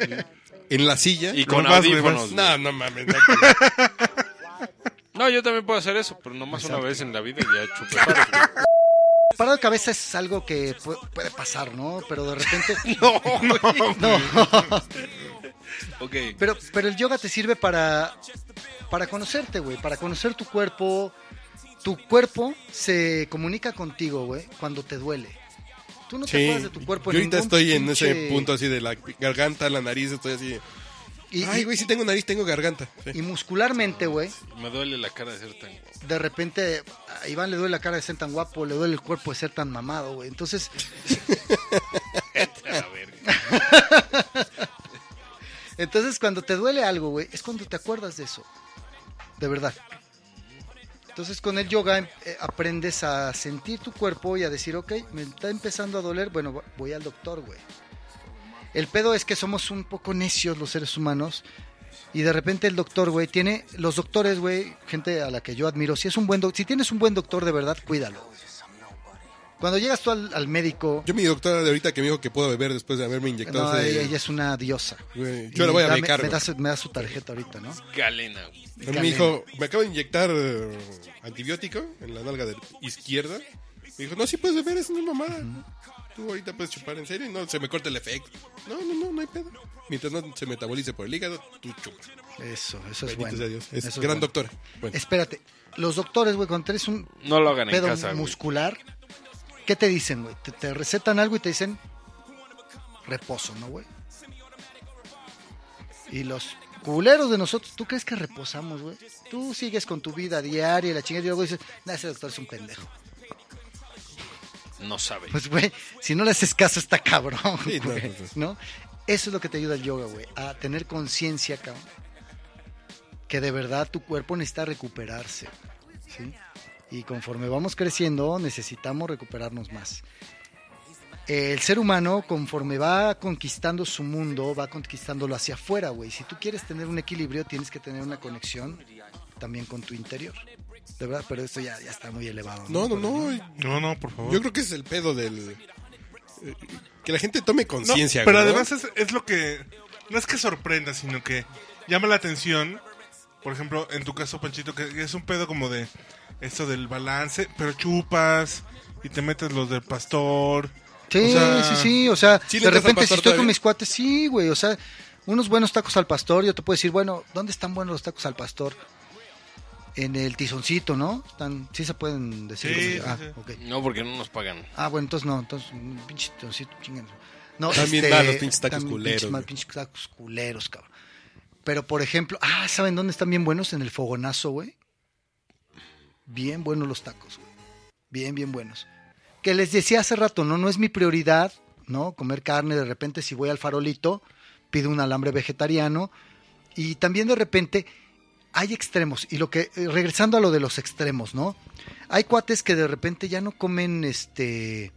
En la silla. Y con vas, güey, audífonos. vas. güey. No, no mames. no. No, yo también puedo hacer eso, pero nomás una vez en la vida y ya chupé paros, güey. Parado de cabeza es algo que pu- puede, pasar, ¿no? Pero de repente. Ok. Pero, pero el yoga te sirve para, para conocerte, güey. Para conocer tu cuerpo. Tu cuerpo se comunica contigo, güey, cuando te duele. Tú no te Sí. acuerdas de tu cuerpo Yo ahorita ningún estoy en ese pinche- punto así de la garganta, la nariz, estoy así. Y, Ay, güey, si tengo nariz, tengo garganta. Sí. y muscularmente, güey. Me duele la cara de ser tan guapo. de repente a Iván le duele la cara de ser tan guapo, le duele el cuerpo de ser tan mamado, güey. Entonces, A ver, entonces cuando te duele algo, güey, es cuando te acuerdas de eso. De verdad. Entonces con el yoga eh, aprendes a sentir tu cuerpo y a decir, ok, me está empezando a doler, bueno, vo- voy al doctor, güey. El pedo es que somos un poco necios los seres humanos y de repente el doctor, güey, tiene, los doctores, güey, gente a la que yo admiro, si es un buen doc- si tienes un buen doctor de verdad, cuídalo. güey. Cuando llegas tú al, al médico, Yo mi doctora de ahorita que me dijo que puedo beber después de haberme inyectado. no, ese- ella, ella es una diosa. güey, yo la voy a Dame- becar. Me güey. da, su, me da su tarjeta ahorita, ¿no? Galena, güey. Me dijo, me acabo de inyectar eh, antibiótico en la nalga de izquierda. Me dijo, no, sí puedes beber, es una mamada. Tú ahorita puedes chupar en serio y no se me corta el efecto. No, no, no, no hay pedo. Mientras no se metabolice por el hígado, tú chupas. Eso, eso Bendito es Pues bueno. sea Dios. Es Eso gran es pues. bueno. doctora. Bueno, Espérate, los doctores, güey, cuando tienes un No lo hagan en pedo casa, güey. muscular, ¿qué te dicen, güey? Te, te recetan algo y te dicen reposo, ¿no, güey? Y los culeros de nosotros, ¿tú crees que reposamos, güey? Tú sigues con tu vida diaria y la chingada y luego dices, nah, ese doctor es un pendejo. No sabe. Pues, güey, si no le haces caso, está cabrón. Sí, no, güey, pues, sí. ¿no? Eso es lo que te ayuda el yoga, güey. A tener conciencia, cabrón. Que de verdad tu cuerpo necesita recuperarse. ¿sí? Y conforme vamos creciendo, necesitamos recuperarnos más. El ser humano, conforme va conquistando su mundo, va conquistándolo hacia afuera, güey. Si tú quieres tener un equilibrio, tienes que tener una conexión también con tu interior. De verdad, pero esto ya, ya está muy elevado. No, no, no. No, no, por favor. Yo creo que ese es el pedo del. eh, Que la gente tome No, conciencia. pero güey, ¿no? además es, es lo que. No es que sorprenda, sino que llama la atención. Por ejemplo, en tu caso, Panchito, que es un pedo como de. Esto del balance, pero chupas y te metes los del pastor. Sí, O sea, sí, sí, o sea, ¿sí le entras de al repente si pastor estoy todavía? con mis cuates, sí, güey, o sea, unos buenos tacos al pastor, yo te puedo decir, bueno, ¿dónde están buenos los tacos al pastor? En el tizoncito, ¿no? Están, sí se pueden decir. Sí, ¿cómo se- sí, ah, ok. No, porque no nos pagan. Ah, bueno, entonces no, entonces un pinche tizoncito, chinguen. No, También este, malos pinches tacos también culeros, Pinches, mal, güey. pinches tacos culeros, cabrón. Pero por ejemplo, ah, ¿saben dónde están bien buenos? En el fogonazo, güey. Bien buenos los tacos, güey. Bien, bien buenos. Que les decía hace rato, no, no es mi prioridad, ¿no? Comer carne, de repente si voy al farolito, pido un alambre vegetariano. Y también de repente hay extremos. Y lo que, eh, regresando a lo de los extremos, ¿no? Hay cuates que de repente ya no comen este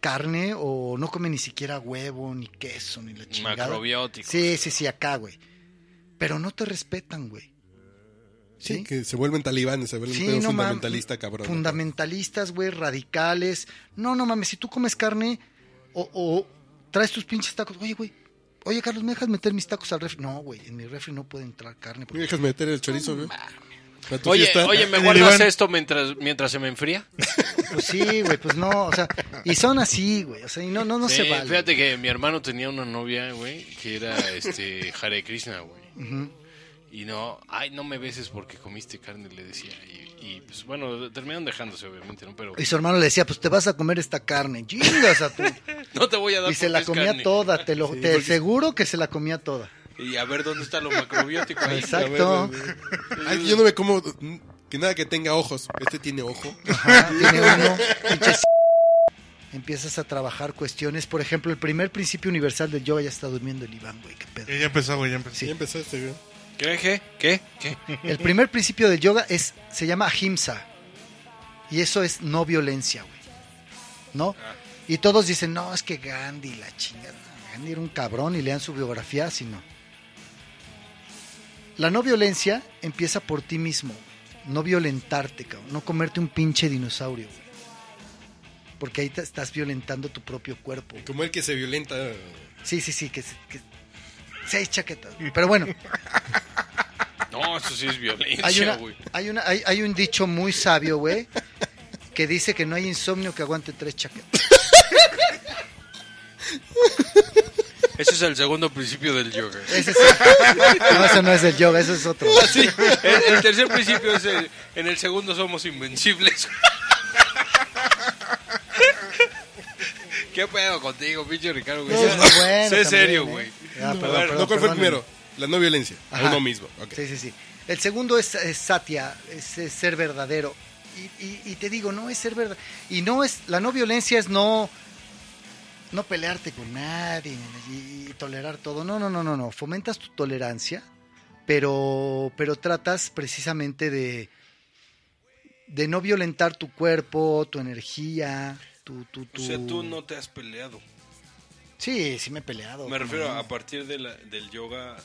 carne o no comen ni siquiera huevo, ni queso, ni la chingada. Macrobióticos. Sí, sí, sí, acá, güey. Pero no te respetan, güey. Sí, que se vuelven talibanes, se vuelven Sí, un pedo no mames. fundamentalista, cabrón. Fundamentalistas, güey, radicales. No, no mames, si tú comes carne o, o traes tus pinches tacos, oye, güey, oye, Carlos, ¿me dejas meter mis tacos al refri? No, güey, en mi refri no puede entrar carne. ¿Me porque- dejas meter el chorizo, güey? A tu Oye, fiesta. oye, ¿me El guardas Iván. esto mientras, mientras se me enfría? Pues sí, güey, pues no, o sea, y son así, güey, o sea, y no, no, no Sí, se vale. Fíjate que mi hermano tenía una novia, güey, que era este Hare Krishna, güey. Y no, ay, no me beses porque comiste carne, le decía. Y, y, pues bueno, terminaron dejándose, obviamente, ¿no? Pero Y su hermano le decía, pues te vas a comer esta carne, chingas a tu... no te voy a dar Y se la porque es comía carne. toda, te lo te aseguro que se la comía toda. Y a ver dónde está lo macrobiótico ahí. Exacto. Ay, yo no me como mm, que nada que tenga ojos. Este tiene ojo. Ajá, tiene uno, pinche c- Empiezas a trabajar cuestiones, por ejemplo, el primer principio universal del yoga ya está durmiendo el Iván, güey, qué pedo. Eh, Ya empezó, güey, ya empezó. Sí. Ya empezaste, güey. ¿Qué? ¿Qué? ¿Qué? ¿Qué? El primer principio del yoga es se llama ahimsa. Y eso es no violencia, güey. ¿No? Y todos dicen, "No, es que Gandhi la chingada. Gandhi era un cabrón y lean su biografía, si no." La no violencia empieza por ti mismo. güey. No violentarte, cabrón. No comerte un pinche dinosaurio, güey. Porque ahí te estás violentando tu propio cuerpo. güey. Como el que se violenta. Ah, Sí, sí, sí, que, se- que seis chaquetas. Pero bueno, No, eso sí es hay, violencia, una, güey. hay, una- hay, hay un dicho muy sabio, güey, que dice que no hay insomnio que aguante tres chaquetas. Ese es el segundo principio del yoga. Ese es el- no, eso no es del yoga, eso es otro. Sí, el, el tercer principio es el- en el segundo somos invencibles. ¿Qué pedo contigo, pinche Ricardo? Güey? Ese es muy bueno sé también, serio, ¿eh? güey. Ah, A perdón, ver, perdón, no, ¿cuál fue el perdónenme. primero? La no violencia. A Ajá. uno mismo. Ok. Sí, sí, sí. El segundo es, es satia, es, es ser verdadero. Y, y- y te digo, no es ser verdadero. Y no es, la no violencia es no, no pelearte con nadie y, y tolerar todo. No, no, no, no, no. Fomentas tu tolerancia, pero, pero tratas precisamente de, de no violentar tu cuerpo, tu energía, tu, tu, tu... te has peleado. Sí, sí me he peleado. Me refiero ¿no? a partir de la- del yoga.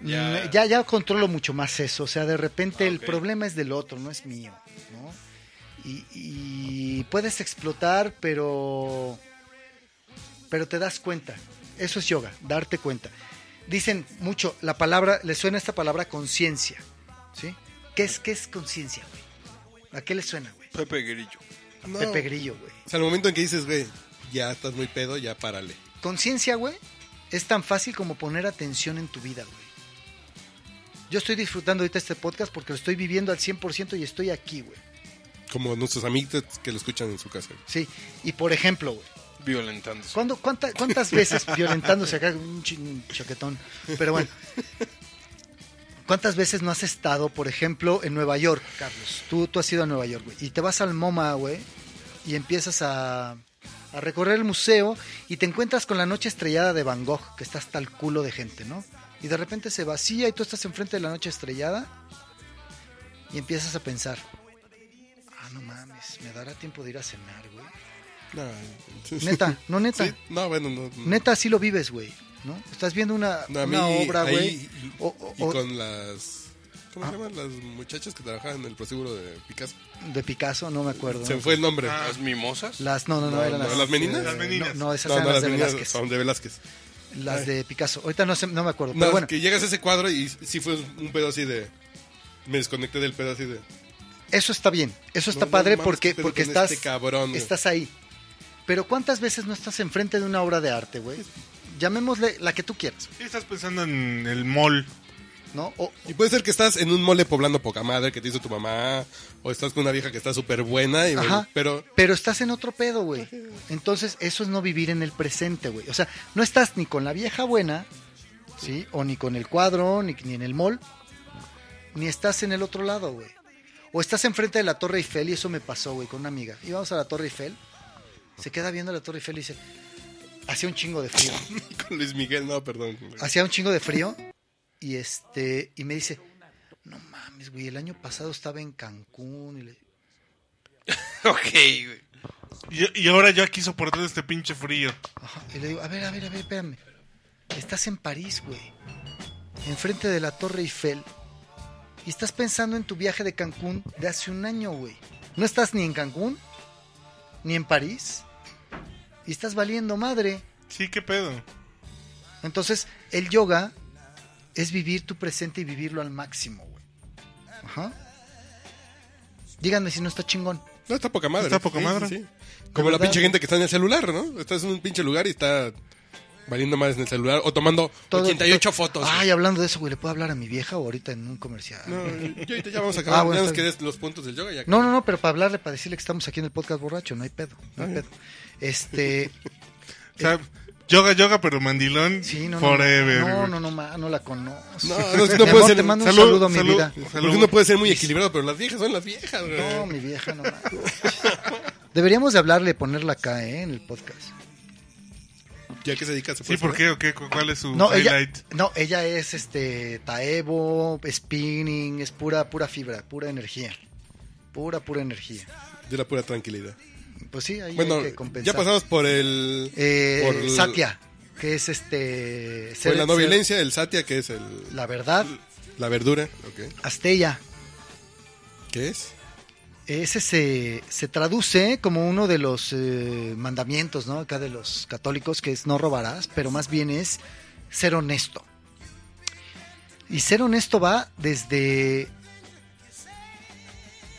Ya. Ya- Mm, ya controlo mucho más eso. O sea, de repente Ah, el ok. problema es del otro, no es mío, ¿no? Y, y puedes explotar, pero pero te das cuenta. Eso es yoga, darte cuenta. Dicen mucho la palabra, le suena esta palabra conciencia, ¿sí? ¿Qué es qué es conciencia, güey? ¿A qué le suena, güey? Pepe Grillo. No. Pepe Grillo, güey. O sea, el momento en que dices, güey, ya estás muy pedo, ya párale. Conciencia, güey, es tan fácil como poner atención en tu vida, güey. Yo estoy disfrutando ahorita este podcast porque lo estoy viviendo al 100% y estoy aquí, güey. Como nuestros amigos que lo escuchan en su casa. güey. Sí, y por ejemplo, güey, Violentándose. ¿cuándo- cuánta- ¿cuántas veces violentándose acá con un chin- chaquetón? Pero bueno, ¿cuántas veces no has estado, por ejemplo, en Nueva York, Carlos? Tú, tú has ido a Nueva York, güey, y te vas al MoMA, güey, y empiezas a, a recorrer el museo y te encuentras con la noche estrellada de Van Gogh, que está hasta el culo de gente, ¿no? Y de repente se vacía y tú estás enfrente de la noche estrellada y empiezas a pensar, ah, no mames, me dará tiempo de ir a cenar, güey. No, sí, sí. Neta, no neta. Sí, no, bueno, no. no. Neta, así lo vives, güey. ¿no? Estás viendo una, No, a una mí obra, ahí- güey. y- o- o- Y o- con las. ¿Cómo se llaman? Las muchachas que trabajaban en el proseguro de Picasso. De Picasso, no me acuerdo. Se me fue el nombre. ah, ¿Las mimosas? Las, no, no, no, No, eran no, las. ¿las meninas? eh, Las meninas. No, no, esas No, eran no, las de meninas Velázquez. son de Velázquez. Las de Picasso. Ahorita no, sé- no me acuerdo. No, pero bueno, que llegas a ese cuadro y sí fue un pedo así de. Me desconecté del pedo así de. eso está bien. Eso está No, no padre mames, porque, qué pedo porque con estás, este cabrón, güey. estás ahí. Pero ¿cuántas veces no estás enfrente de una obra de arte, güey? Llamémosle la que tú quieras, Sí, Estás pensando en el mall. ¿no? O, Y puede ser que estás en un mole poblando poca madre que te hizo tu mamá, o estás con una vieja que está súper buena, y, Ajá. pero Pero estás en otro pedo, güey. Entonces, eso es no vivir en el presente, güey. O sea, no estás ni con la vieja buena, ¿sí? O ni con el cuadro, ni, ni en el mall, ni estás en el otro lado, güey. O estás enfrente de la Torre Eiffel, y eso me pasó, güey, con una amiga. Íbamos a la Torre Eiffel, se queda viendo la Torre Eiffel y dice, hacía un chingo de frío. con Luis Miguel, no, perdón. Hacía un chingo de frío y este y me dice, no mames, güey, el año pasado estaba en Cancún. y le- ok, güey. Y, y ahora yo aquí soportando este pinche frío. Ajá, y le digo, a ver, a ver, a ver, espérame. Estás en París, güey. Enfrente de la Torre Eiffel. Y estás pensando en tu viaje de Cancún de hace un año, güey. No estás ni en Cancún, ni en París. Y estás valiendo madre. Sí, qué pedo. Entonces, el yoga es vivir tu presente y vivirlo al máximo, güey. Ajá. Díganme si no está chingón. No, está poca madre. Está poca Sí, madre. sí, sí. Como la verdad. pinche gente que está en el celular, ¿no? Estás en un pinche lugar y está valiendo madres en el celular o tomando Todo- 88 todo- fotos. Ay, güey. hablando de eso, güey, ¿le puedo hablar a mi vieja o ahorita en un comercial? No, yo ahorita ya vamos a acabar. Ah, bueno, ya nos está bien. quedes los puntos del yoga. Ya. No, no, no, pero para hablarle, para decirle que estamos aquí en el podcast borracho, no hay pedo, no hay pedo. Este, O sea, yoga, yoga, pero mandilón Eh. sí, no, no, forever. no, güey. no, no, ma, no la conozco. No, no, no Mi puede amor, ser- Te mando salud, un saludo, mi salud. vida. Salud. Porque uno puede ser muy equilibrado, pero las viejas son las viejas, güey. No, mi vieja, no. ma. Deberíamos de hablarle, ponerla acá, ¿eh? En el podcast. Ya que se dedica se Sí, puede ¿por saber. qué o qué? ¿Cu- ¿Cuál es su Pues Mm, No, ella, highlight? no, ella es este taebo, spinning, es pura, pura fibra, pura energía. Pura, pura energía. De la pura tranquilidad. Pues sí, ahí Bueno, hay que compensar. ya pasamos por el. Eh, por el- Satya, que es este. Por ser- la no ser- violencia, el satya, que es el, La verdad, la verdura. Ok. Astella. ¿Qué es? Ese se, se traduce como uno de los eh, mandamientos, ¿no? Acá de los católicos, que es no robarás, pero más bien es ser honesto. Y ser honesto va desde,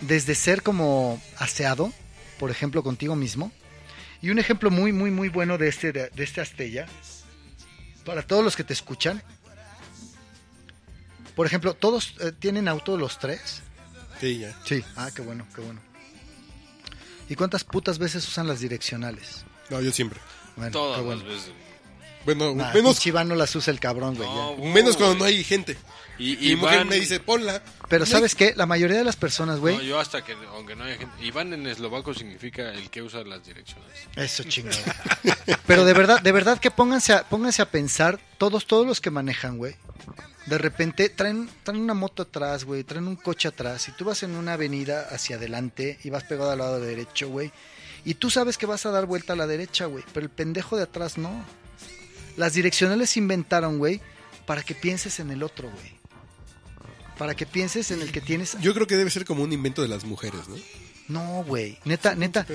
desde ser como aseado, por ejemplo, contigo mismo. Y un ejemplo muy, muy, muy bueno de este, de, de este Astella, para todos los que te escuchan. Por ejemplo, ¿todos eh, tienen auto los tres? Sí, ya. Sí. Ah, qué bueno, qué bueno. ¿Y cuántas putas veces usan las direccionales? No, yo siempre. Bueno, Todas Ah, qué las bueno. veces. Bueno, Nah, menos, pinche Iván no las usa el cabrón, güey. No, ya. güey. menos cuando no hay gente. Y, Mi mujer Iván- me dice, ponla. Pero No, ¿sabes qué? La mayoría de las personas, güey. No, yo hasta que, aunque no haya gente. Iván en eslovaco significa el que usa las direcciones. Eso chingado. Pero de verdad, de verdad que pónganse a, pónganse a pensar, todos, todos los que manejan, güey. De repente traen, traen una moto atrás, güey, traen un coche atrás. Y tú vas en una avenida hacia adelante y vas pegado al lado derecho, güey. Y tú sabes que vas a dar vuelta a la derecha, güey. Pero el pendejo de atrás no. Las direccionales se inventaron, güey, para que pienses en el otro, güey. Para que pienses en el que tienes Yo creo que debe ser como un invento de las mujeres, ¿no? No, güey. Neta, neta.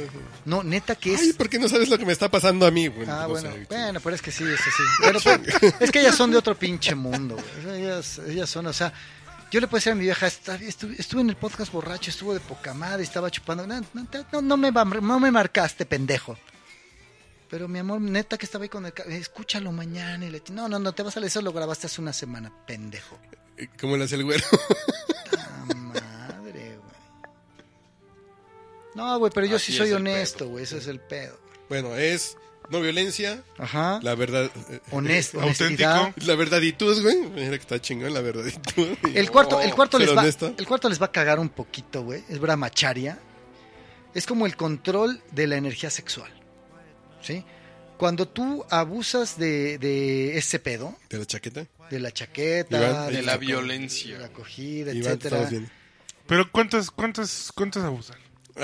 No, neta que es. Ay, ¿por qué no sabes lo que me está pasando a mí? Bueno, Ah, no bueno. sé. bueno, pero es que sí, es así. Pero, pues, es que ellas son de otro pinche mundo, güey. O sea, Ellas, ellas son, o sea, yo le puedo decir a mi vieja, "Está- estuve, estuve en el podcast borracho, estuvo de poca madre, estaba chupando. No, no, te- no- no me, va- no me marcaste, pendejo. Pero mi amor, neta que estaba ahí con el... ca- Escúchalo mañana. Y le, no, no, no, te vas a leer, eso lo grabaste hace una semana, pendejo. Eh, Como le hace el güero. Ah, madre, güey. No, güey, pero yo Así sí es soy el honesto, pedo. güey, ese es el pedo. bueno, es no violencia, Ajá. la verdad. eh, Honest- Auténtico. honestidad. La verdaditud, güey. Mira que está chingón la verdaditud. El cuarto, el cuarto ser les va, honesto. el cuarto les va a cagar un poquito, güey. Es brahmacharya. Es como el control de la energía sexual. ¿Sí? Cuando tú abusas de, de ese pedo, ¿De la chaqueta? de la chaqueta, Iván, de la co- violencia. de la acogida, Iván, te etcétera. estamos viendo. Pero ¿cuántas, cuántas, cuántas abusan?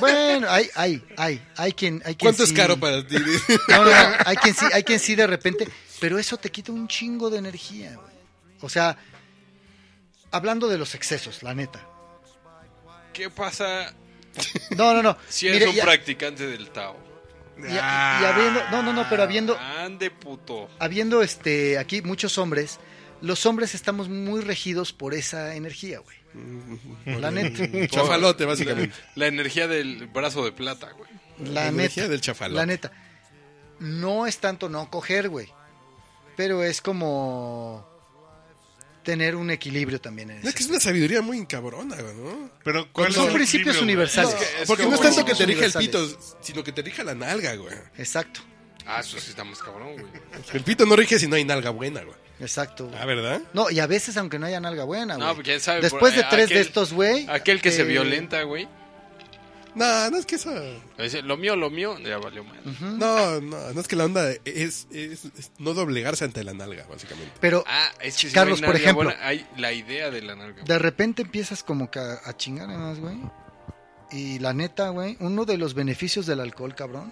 Bueno, hay, hay, hay, hay quien, hay quien ¿Cuánto es sí- caro para ti? No, no, no, hay quien sí, hay quien sí de repente, pero eso te quita un chingo de energía, güey. O sea, hablando de los excesos, la neta. ¿Qué pasa No, no, no. si eres Mire, un ya- practicante del Tao? Y, y- y habiendo, no, no, no, pero habiendo, Ande puto. habiendo este, aquí muchos hombres, los hombres estamos muy regidos por esa energía, güey. La neta, Chafalote, básicamente. La energía del brazo de plata, güey. la energía neta, del chafalote. la neta. No es tanto no coger, güey, pero es como tener un equilibrio también en No, es eso. que es una sabiduría muy encabrona, güey, ¿no? Pero Cuando- ¿cuál Son es el principios equilibrio, güey? universales. Es Porque no como- es tanto que te rija el pito, universales. sino que te rija la nalga, güey. Exacto, Ah, eso sí está más cabrón, güey. El pito no rige si no hay nalga buena, güey. exacto. güey. Ah, ¿verdad? No, y a veces aunque no haya nalga buena, No, güey. quién sabe. Después por- de eh, tres aquel- de estos, güey. Aquel que se eh, violenta, güey. No, no es que esa. Dice, lo mío, lo mío, ya valió mal. No, no, no es que la onda es, es- es no doblegarse ante la nalga, básicamente. Pero Ah, es que si Carlos, no hay por nalga ejemplo. buena, hay la idea de la nalga. de repente empiezas como que a, a chingar además, güey. Y la neta, güey, uno de los beneficios del alcohol, cabrón,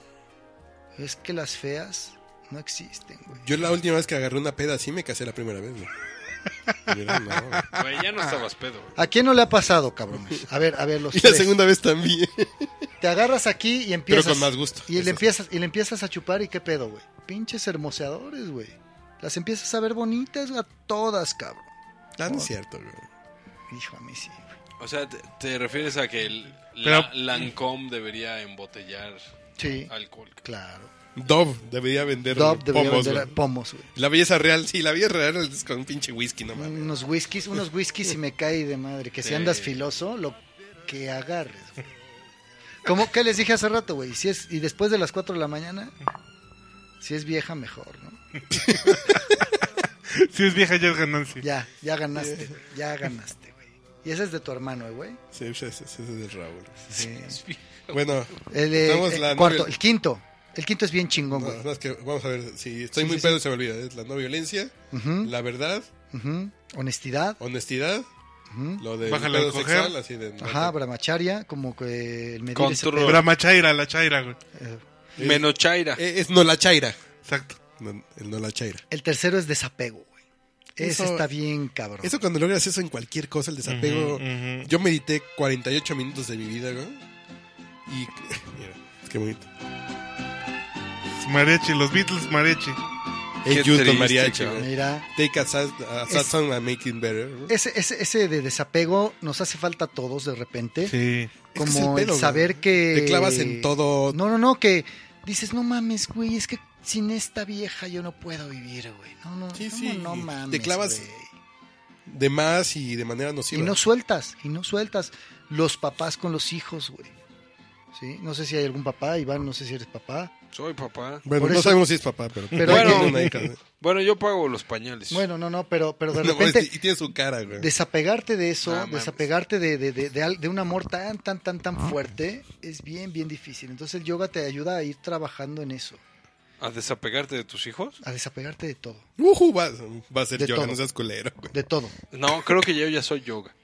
es que las feas no existen, güey. Yo la última vez que agarré una peda así me casé la primera vez, güey. Y era, no, güey. Güey, ya no estabas pedo. güey. ¿A quién no le ha pasado, cabrón? A ver, a ver, los Y la tres. segunda vez también. Te agarras aquí y empiezas. Pero con más gusto. Y Eso le sí. empiezas, y le empiezas a chupar y qué pedo, güey. Pinches hermoseadores, güey. Las empiezas a ver bonitas a todas, cabrón. Ah, no es cierto, güey. Hijo, a mí sí, güey. O sea, te, te refieres a que el, Pero- la- Lancome debería embotellar Sí, alcohol. claro. Dove debería vender Dove debería pomos, vender güey. pomos, güey. La belleza real, sí, la belleza real es con un pinche whisky, no mames. Unos whiskies, unos whiskies y me cae de madre. Que si Sí. andas filoso, lo que agarres, güey. Como que les dije hace rato, güey. Si es, y después de las 4 de la mañana, si es vieja, mejor, ¿no? Si es vieja, ya es ganancia. Ya, ya ganaste, güey, ya ganaste, güey. Y ese es de tu hermano, eh, güey. Sí, ese, ese- ese es el Raúl. Sí. Bueno, El, eh, Vamos, eh, la cuarto, novia- el quinto. El quinto es bien chingón, no, güey. no, es que vamos a ver. Si estoy Sí, muy sí, pedo, se me olvida. Es la no violencia, Ujú, la verdad, ujú. Honestidad. honestidad, ujú. lo de Bájale pedo al coger. sexual, así de. Ajá, brahmacharya, como que el medir ese Control. pedo. Brahma Chaira, la Chaira, güey. Eh, Menochaira. Eh, es no la chaira. Exacto. No, el no la chaira. El tercero es desapego, güey. Ese Eso- está bien, cabrón. Eso cuando logras eso en cualquier cosa, el desapego. Ujú, ujú. Yo medité 48 minutos de mi vida, güey. Y. Mira, es que bonito. Mariachi, los Beatles, Mariachi. Hey, Qué you, triste, Don Mariachi, cabrón. güey. Mira, Take a sad, a sad Es- song and make it better. güey. ese, ese, ese de desapego nos hace falta a todos de repente. Sí. que es Como el el, pedo, güey. saber que... Te clavas en todo. No, no, no, que dices, no mames, güey, es que sin esta vieja yo no puedo vivir, güey. No, no, Sí, ¿cómo sí, no te mames, clavas güey? de más y de manera nociva. Y no sueltas, y no sueltas. Los papás con los hijos, güey. ¿Sí? No sé si hay algún papá, Iván, no sé si eres papá. Soy papá. bueno, por no eso- sabemos si es papá, pero, Pero- tiene Bueno. una hija, güey. Bueno, yo pago los pañales. Bueno, no, no, pero, pero de No, repente es- y tiene su cara, güey. desapegarte de eso, No mames. desapegarte de, de, de- de al- de un amor tan, tan, tan, tan fuerte, es bien, bien difícil. Entonces el yoga te ayuda a ir trabajando en eso, ¿A desapegarte de tus hijos? a desapegarte de todo, Ujú, va, va a ser De yo, todo. no seas culero, güey. de todo. No, creo que yo ya soy yoga.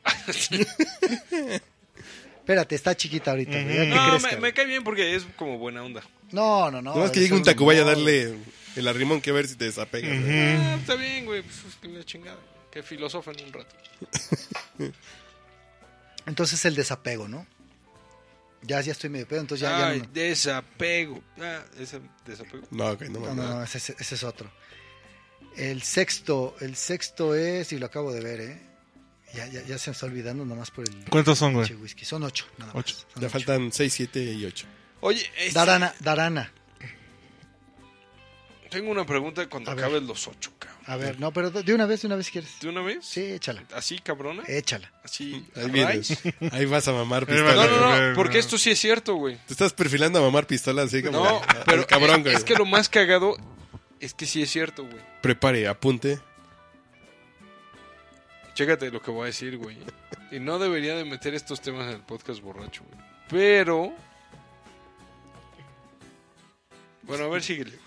Espérate, está chiquita ahorita, güey, ya que No, crezca, me, me güey. cae bien porque es como buena onda. no, no, no. Nada más que eso llegue un no, tacubaya a no. darle el arrimón que ver si te desapegas. güey. Mm. Ah, está bien, güey. Pues, es que la chingada. Que filosofen un rato. Entonces el desapego, ¿no? Ya, ya estoy medio pedo, entonces Pues ya, ya Ay, no me- desapego. Ah, ese desapego. No, ok, no No, no, mames. no, ese, ese es otro. El sexto, el sexto es, y lo acabo de ver, ¿eh? Ya, ya, ya se me está olvidando nomás por el ¿Cuántos son, güey? pinche whisky. Son ocho, nada más. Ocho. Son Ya ocho. faltan 6, 7 y 8. Oye, este, Darana, Darana. tengo una pregunta cuando A ver. acabes los ocho, cabrón. A ver, no, pero de una vez, de una vez si quieres. ¿De una vez? Sí, Eh, échala. ¿Así, cabrona? Échala. Así. Ahí ¿a vienes. raíz? Ahí vas a mamar Ahí pistola. vas. No, güey. no, no, porque esto sí es cierto, güey. Te estás perfilando a mamar pistola así como. No, al- al pero eh, Cabrón, güey. es que lo más cagado es que sí es cierto, güey. Prepare, apunte. Chécate lo que voy a decir, güey. Y no debería de meter estos temas en el podcast borracho, güey. Pero... Bueno, a ver, síguele.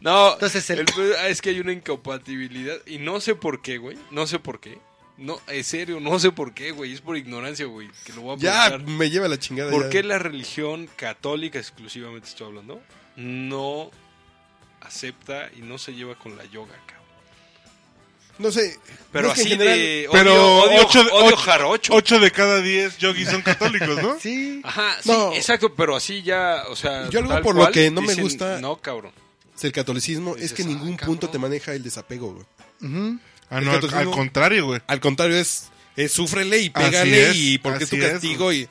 no, Entonces, el- el pedo es que hay una incompatibilidad. Y no sé por qué, güey. No sé por qué. No, en serio, no sé por qué, güey. Es por ignorancia, güey. Que lo voy a Ya, preguntar. me lleva la chingada. ¿Por ya. qué la religión católica, exclusivamente estoy hablando, no acepta y no se lleva con la yoga, cabrón? No sé. Pero no es que en así general- de odio, pero odio, ocho de- odio ocho- jarocho. Ocho de cada diez yogis son católicos, ¿no? Sí. Ajá, sí, No. exacto, pero así ya, o sea, Yo algo tal por lo cual, que no me dicen, gusta- No, cabrón. Si el catolicismo es Dices, que en "Ah, ningún cabrón". punto te maneja el desapego, güey. Ujú. Ah, El no, al, catolicismo- al contrario, güey. Al contrario, es, es súfrele y Así pégale es, y porque es tu así es, castigo y...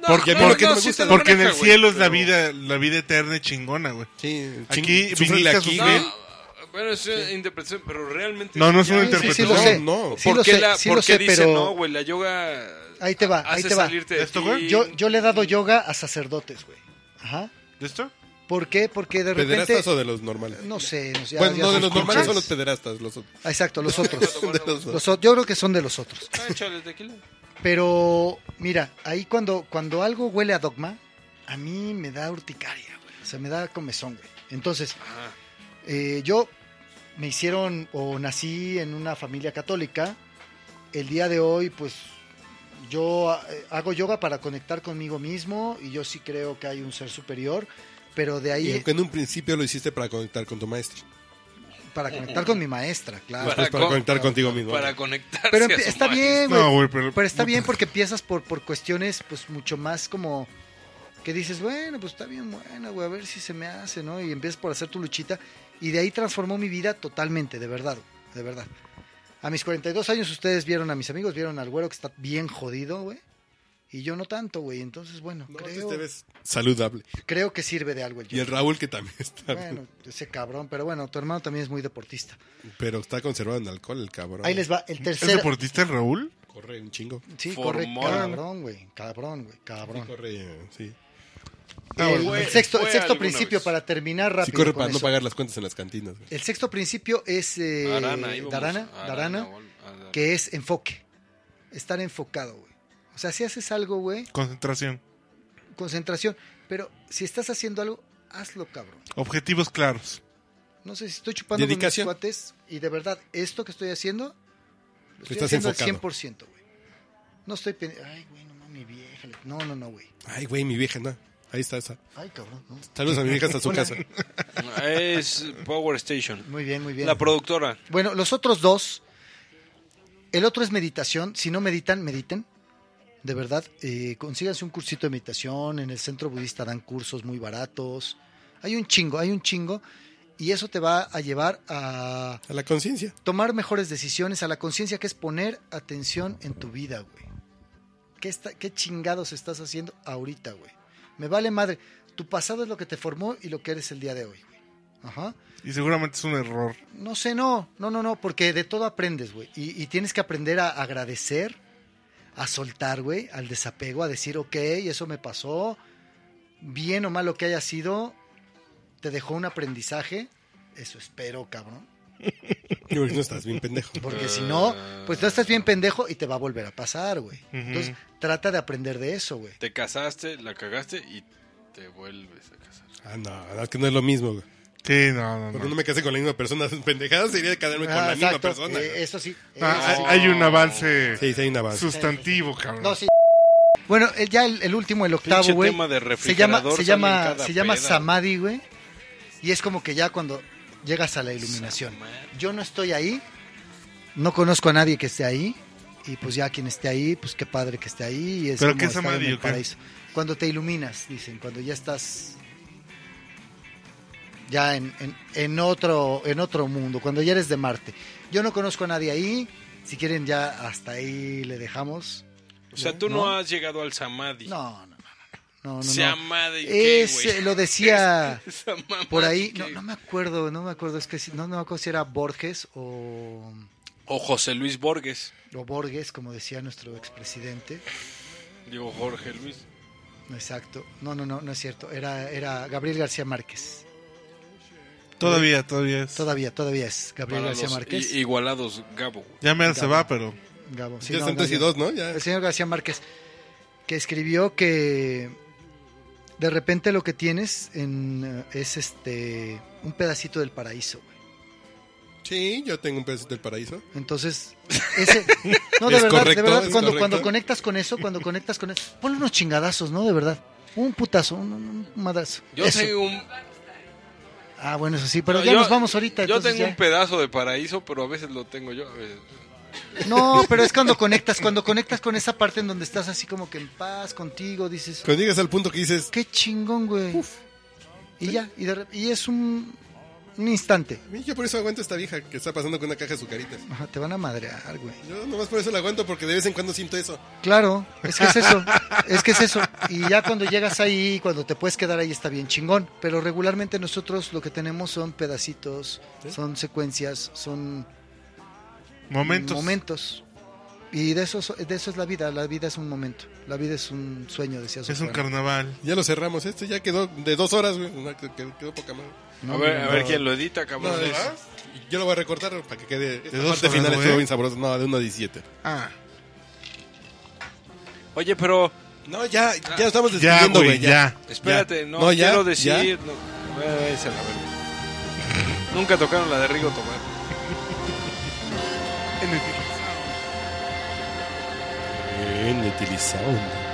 No, Porque- no, porque- no, no me sí gusta. te lo Porque en el maneja, güey, cielo es la pero- vida, la vida eterna y chingona, güey. Sí, Aquí ching- súfrele viniste a aquí, sufrir. güey. No, bueno, es una interpretación, pero realmente... No, no es una ya- interpretación. Sí, sí, No, lo sé. no. Sí, ¿Por lo qué, sé, la, sí por lo qué sé, dice pero no, güey? La yoga... Ahí te va, hace ahí te va. salirte de ¿Esto, ti. güey? Yo, yo le he dado yoga a sacerdotes, güey. Ajá. ¿De esto? ¿Por qué? Porque de repente... ¿Pederastas o de los normales? No sé. No sé, bueno, ya- no, de los ya escuchas. normales son los pederastas. Los, otros. Ah, Exacto, los otros. De los- Los o- yo creo que son de los otros. Ah, échale tequila. Pero mira, ahí cuando, cuando algo huele a dogma, a mí me da urticaria, güey. O sea, me da comezón, güey. Entonces, eh, yo me hicieron o nací en una familia católica. El día de hoy, pues, yo eh, hago yoga para conectar conmigo mismo y yo sí creo que hay un ser superior, pero de Y ahí aunque en un principio lo hiciste para conectar con tu maestro. para conectar con mi maestra, claro. Después para con- conectar contigo mismo. Para conectarse. Pero a empie- su está madre. bien, güey. No, güey, pero- Pero está bien porque empiezas por, por cuestiones, pues, mucho más como... Que dices, bueno, pues está bien buena, güey, a ver si se me hace, ¿no? Y empiezas por hacer tu luchita. Y de ahí transformó mi vida totalmente, de verdad, güey, de verdad. A mis 42 años ustedes vieron a mis amigos, vieron al güero que está bien jodido, güey. Y yo no tanto, güey. Entonces, bueno, No, entonces creo, te ves saludable. creo que sirve de algo el Y el yoga. Raúl que también está. Bueno, ese cabrón, pero bueno, tu hermano también es muy deportista. Pero está conservado en alcohol el cabrón. Ahí les va, el ¿Es tercer... deportista el Raúl? Corre un chingo. Sí, corre, Formón. cabrón, güey, cabrón, güey, Sí, cabrón. corre, eh, sí. Ah, el, bueno. el sexto, el Fue sexto alguna principio, vez. para terminar Sí rápido. corre con para no eso. pagar las cuentas en las cantinas. güey. El sexto principio es eh, ahí vamos. Darana, Darana, vol- Arana. que es enfoque. Estar enfocado, güey. O sea, si haces algo, güey, Concentración. concentración. Pero si estás haciendo algo, hazlo, cabrón. Objetivos claros. No sé si estoy chupando con mis Dedicación. cuates y de verdad, esto que estoy haciendo, lo estoy Estás haciendo enfocado. al 100%, güey. No estoy pen- Ay, güey, no mames, vieja. No, no, no, güey. Ay, güey, mi vieja, no. Ahí está esa. Ay, cabrón, no. Saludos a mi vieja hasta su casa. Es Power Station. Muy bien, muy bien. La productora. Bueno, los otros dos. El otro es meditación. Si no meditan, mediten. De verdad, eh, consíganse un cursito de meditación. En el centro budista dan cursos muy baratos. Hay un chingo, hay un chingo. Y eso te va a llevar a A la conciencia. tomar mejores decisiones, a la conciencia que es poner atención en tu vida, güey. ¿Qué, está- ¿Qué chingados estás haciendo ahorita, güey? Me vale madre. Tu pasado es lo que te formó y lo que eres el día de hoy, güey. Ajá. Y seguramente es un error. No sé, no, no, no, no, porque de todo aprendes, güey. Y, y tienes que aprender a agradecer, a soltar, güey, al desapego, a decir, ok, eso me pasó, bien o mal lo que haya sido, te dejó un aprendizaje, eso espero, cabrón. Y porque no estás bien pendejo. Porque si no, pues tú estás bien pendejo y te va a volver a pasar, güey. Entonces, trata de aprender de eso, güey. Te casaste, la cagaste y te vuelves a casar. Ah, no, es que no es lo mismo. güey. Sí, no, no, Porque no. no me casé con la misma persona. Pendejada sería quedarme con Ah, la misma exacto, persona. eh, eso sí. No, eso sí. Ah, hay- Hay un avance Sí, sí, hay un avance. sustantivo, cabrón. No, sí. Bueno, el- ya el, el último, el octavo, Pinche güey. tema de Se llama, refrigerador se sale en llama, cada se llama peda. Samadhi, güey. Y es como que ya cuando llegas a la iluminación. Yo no estoy ahí, no conozco a nadie que esté ahí. Y pues ya quien esté ahí, pues qué padre que esté ahí. y es ¿Pero como qué es estar en Samadhi el o qué? paraíso. Cuando te iluminas, dicen, cuando ya estás ya en, en- en otro, en otro mundo, cuando ya eres de Marte. Yo no conozco a nadie ahí. Si quieren ya hasta ahí le dejamos. O sea, tú no, No. has llegado al Samadhi. No, no, no, no. no, no, no. Samadhi. ¿qué, Es, güey? eh, lo decía Esa mamá, por ahí, ¿qué? no, no me acuerdo, no me acuerdo, es que si- no, no me acuerdo si era Borges o, O José Luis Borges. o Borges, como decía nuestro expresidente. Digo, Jorge Luis. No, Exacto, no, no, no, no es cierto, era, era Gabriel García Márquez. Todavía, todavía es. Todavía, todavía es Gabriel Para García los Márquez. i- igualados, Gabo. güey. Ya me se va, pero. Gabo, sí, ya no, están tres y Gabriel. dos, ¿no? Ya. El señor García Márquez, que escribió que de repente lo que tienes en, eh, es este un pedacito del paraíso. güey. Sí, yo tengo un pedacito del paraíso. Entonces, ese, no, de Es verdad, correcto, de verdad, es cuando, correcto. cuando conectas con eso, cuando conectas con eso, ponle unos chingadazos, ¿no? De verdad. Un putazo, un, un- un madrazo. Yo Eso. tengo un, Ah, bueno, eso sí, pero No, ya yo- nos vamos ahorita. yo entonces tengo ya. un pedazo de paraíso, pero a veces lo tengo yo. eh. a veces- No, pero es cuando conectas, cuando conectas con esa parte en donde estás así como que en paz contigo, dices, Cuando llegas al punto que dices, qué chingón, güey. Y ya, y, de re- y es un, un instante. yo por eso aguanto a esta vieja que está pasando con una caja de azucaritas. Ajá, te van a madrear, güey. Yo nomás por eso la aguanto porque de vez en cuando siento eso. Claro, es que es eso, es que es eso. Y ya cuando llegas ahí, cuando te puedes quedar ahí está bien chingón. Pero regularmente nosotros lo que tenemos son pedacitos, son secuencias, son Momentos. momentos. Y de eso, so- de eso es la vida, la vida es un momento, la vida es un sueño, decía Es un Sofía. carnaval. Ya lo cerramos, esto ya quedó de dos horas, güey. No, que- que- quedó poca madre. No, a ver, a no, ver no. quién lo edita, cabrón. No, es- yo lo voy a recortar para que quede. Esta dos parte horas, final güey. estuvo bien sabrosa. No, de 1 a 17. Ah. Oye, pero No, ya, Ah. ya estamos Ya, despidiendo, güey, güey. Ya. ya. espérate, Ya. no, No, ya, quiero ya. decir. no, eh, esa la verga. Nunca tocaron la de Rigo Tomás. Bien utilizado.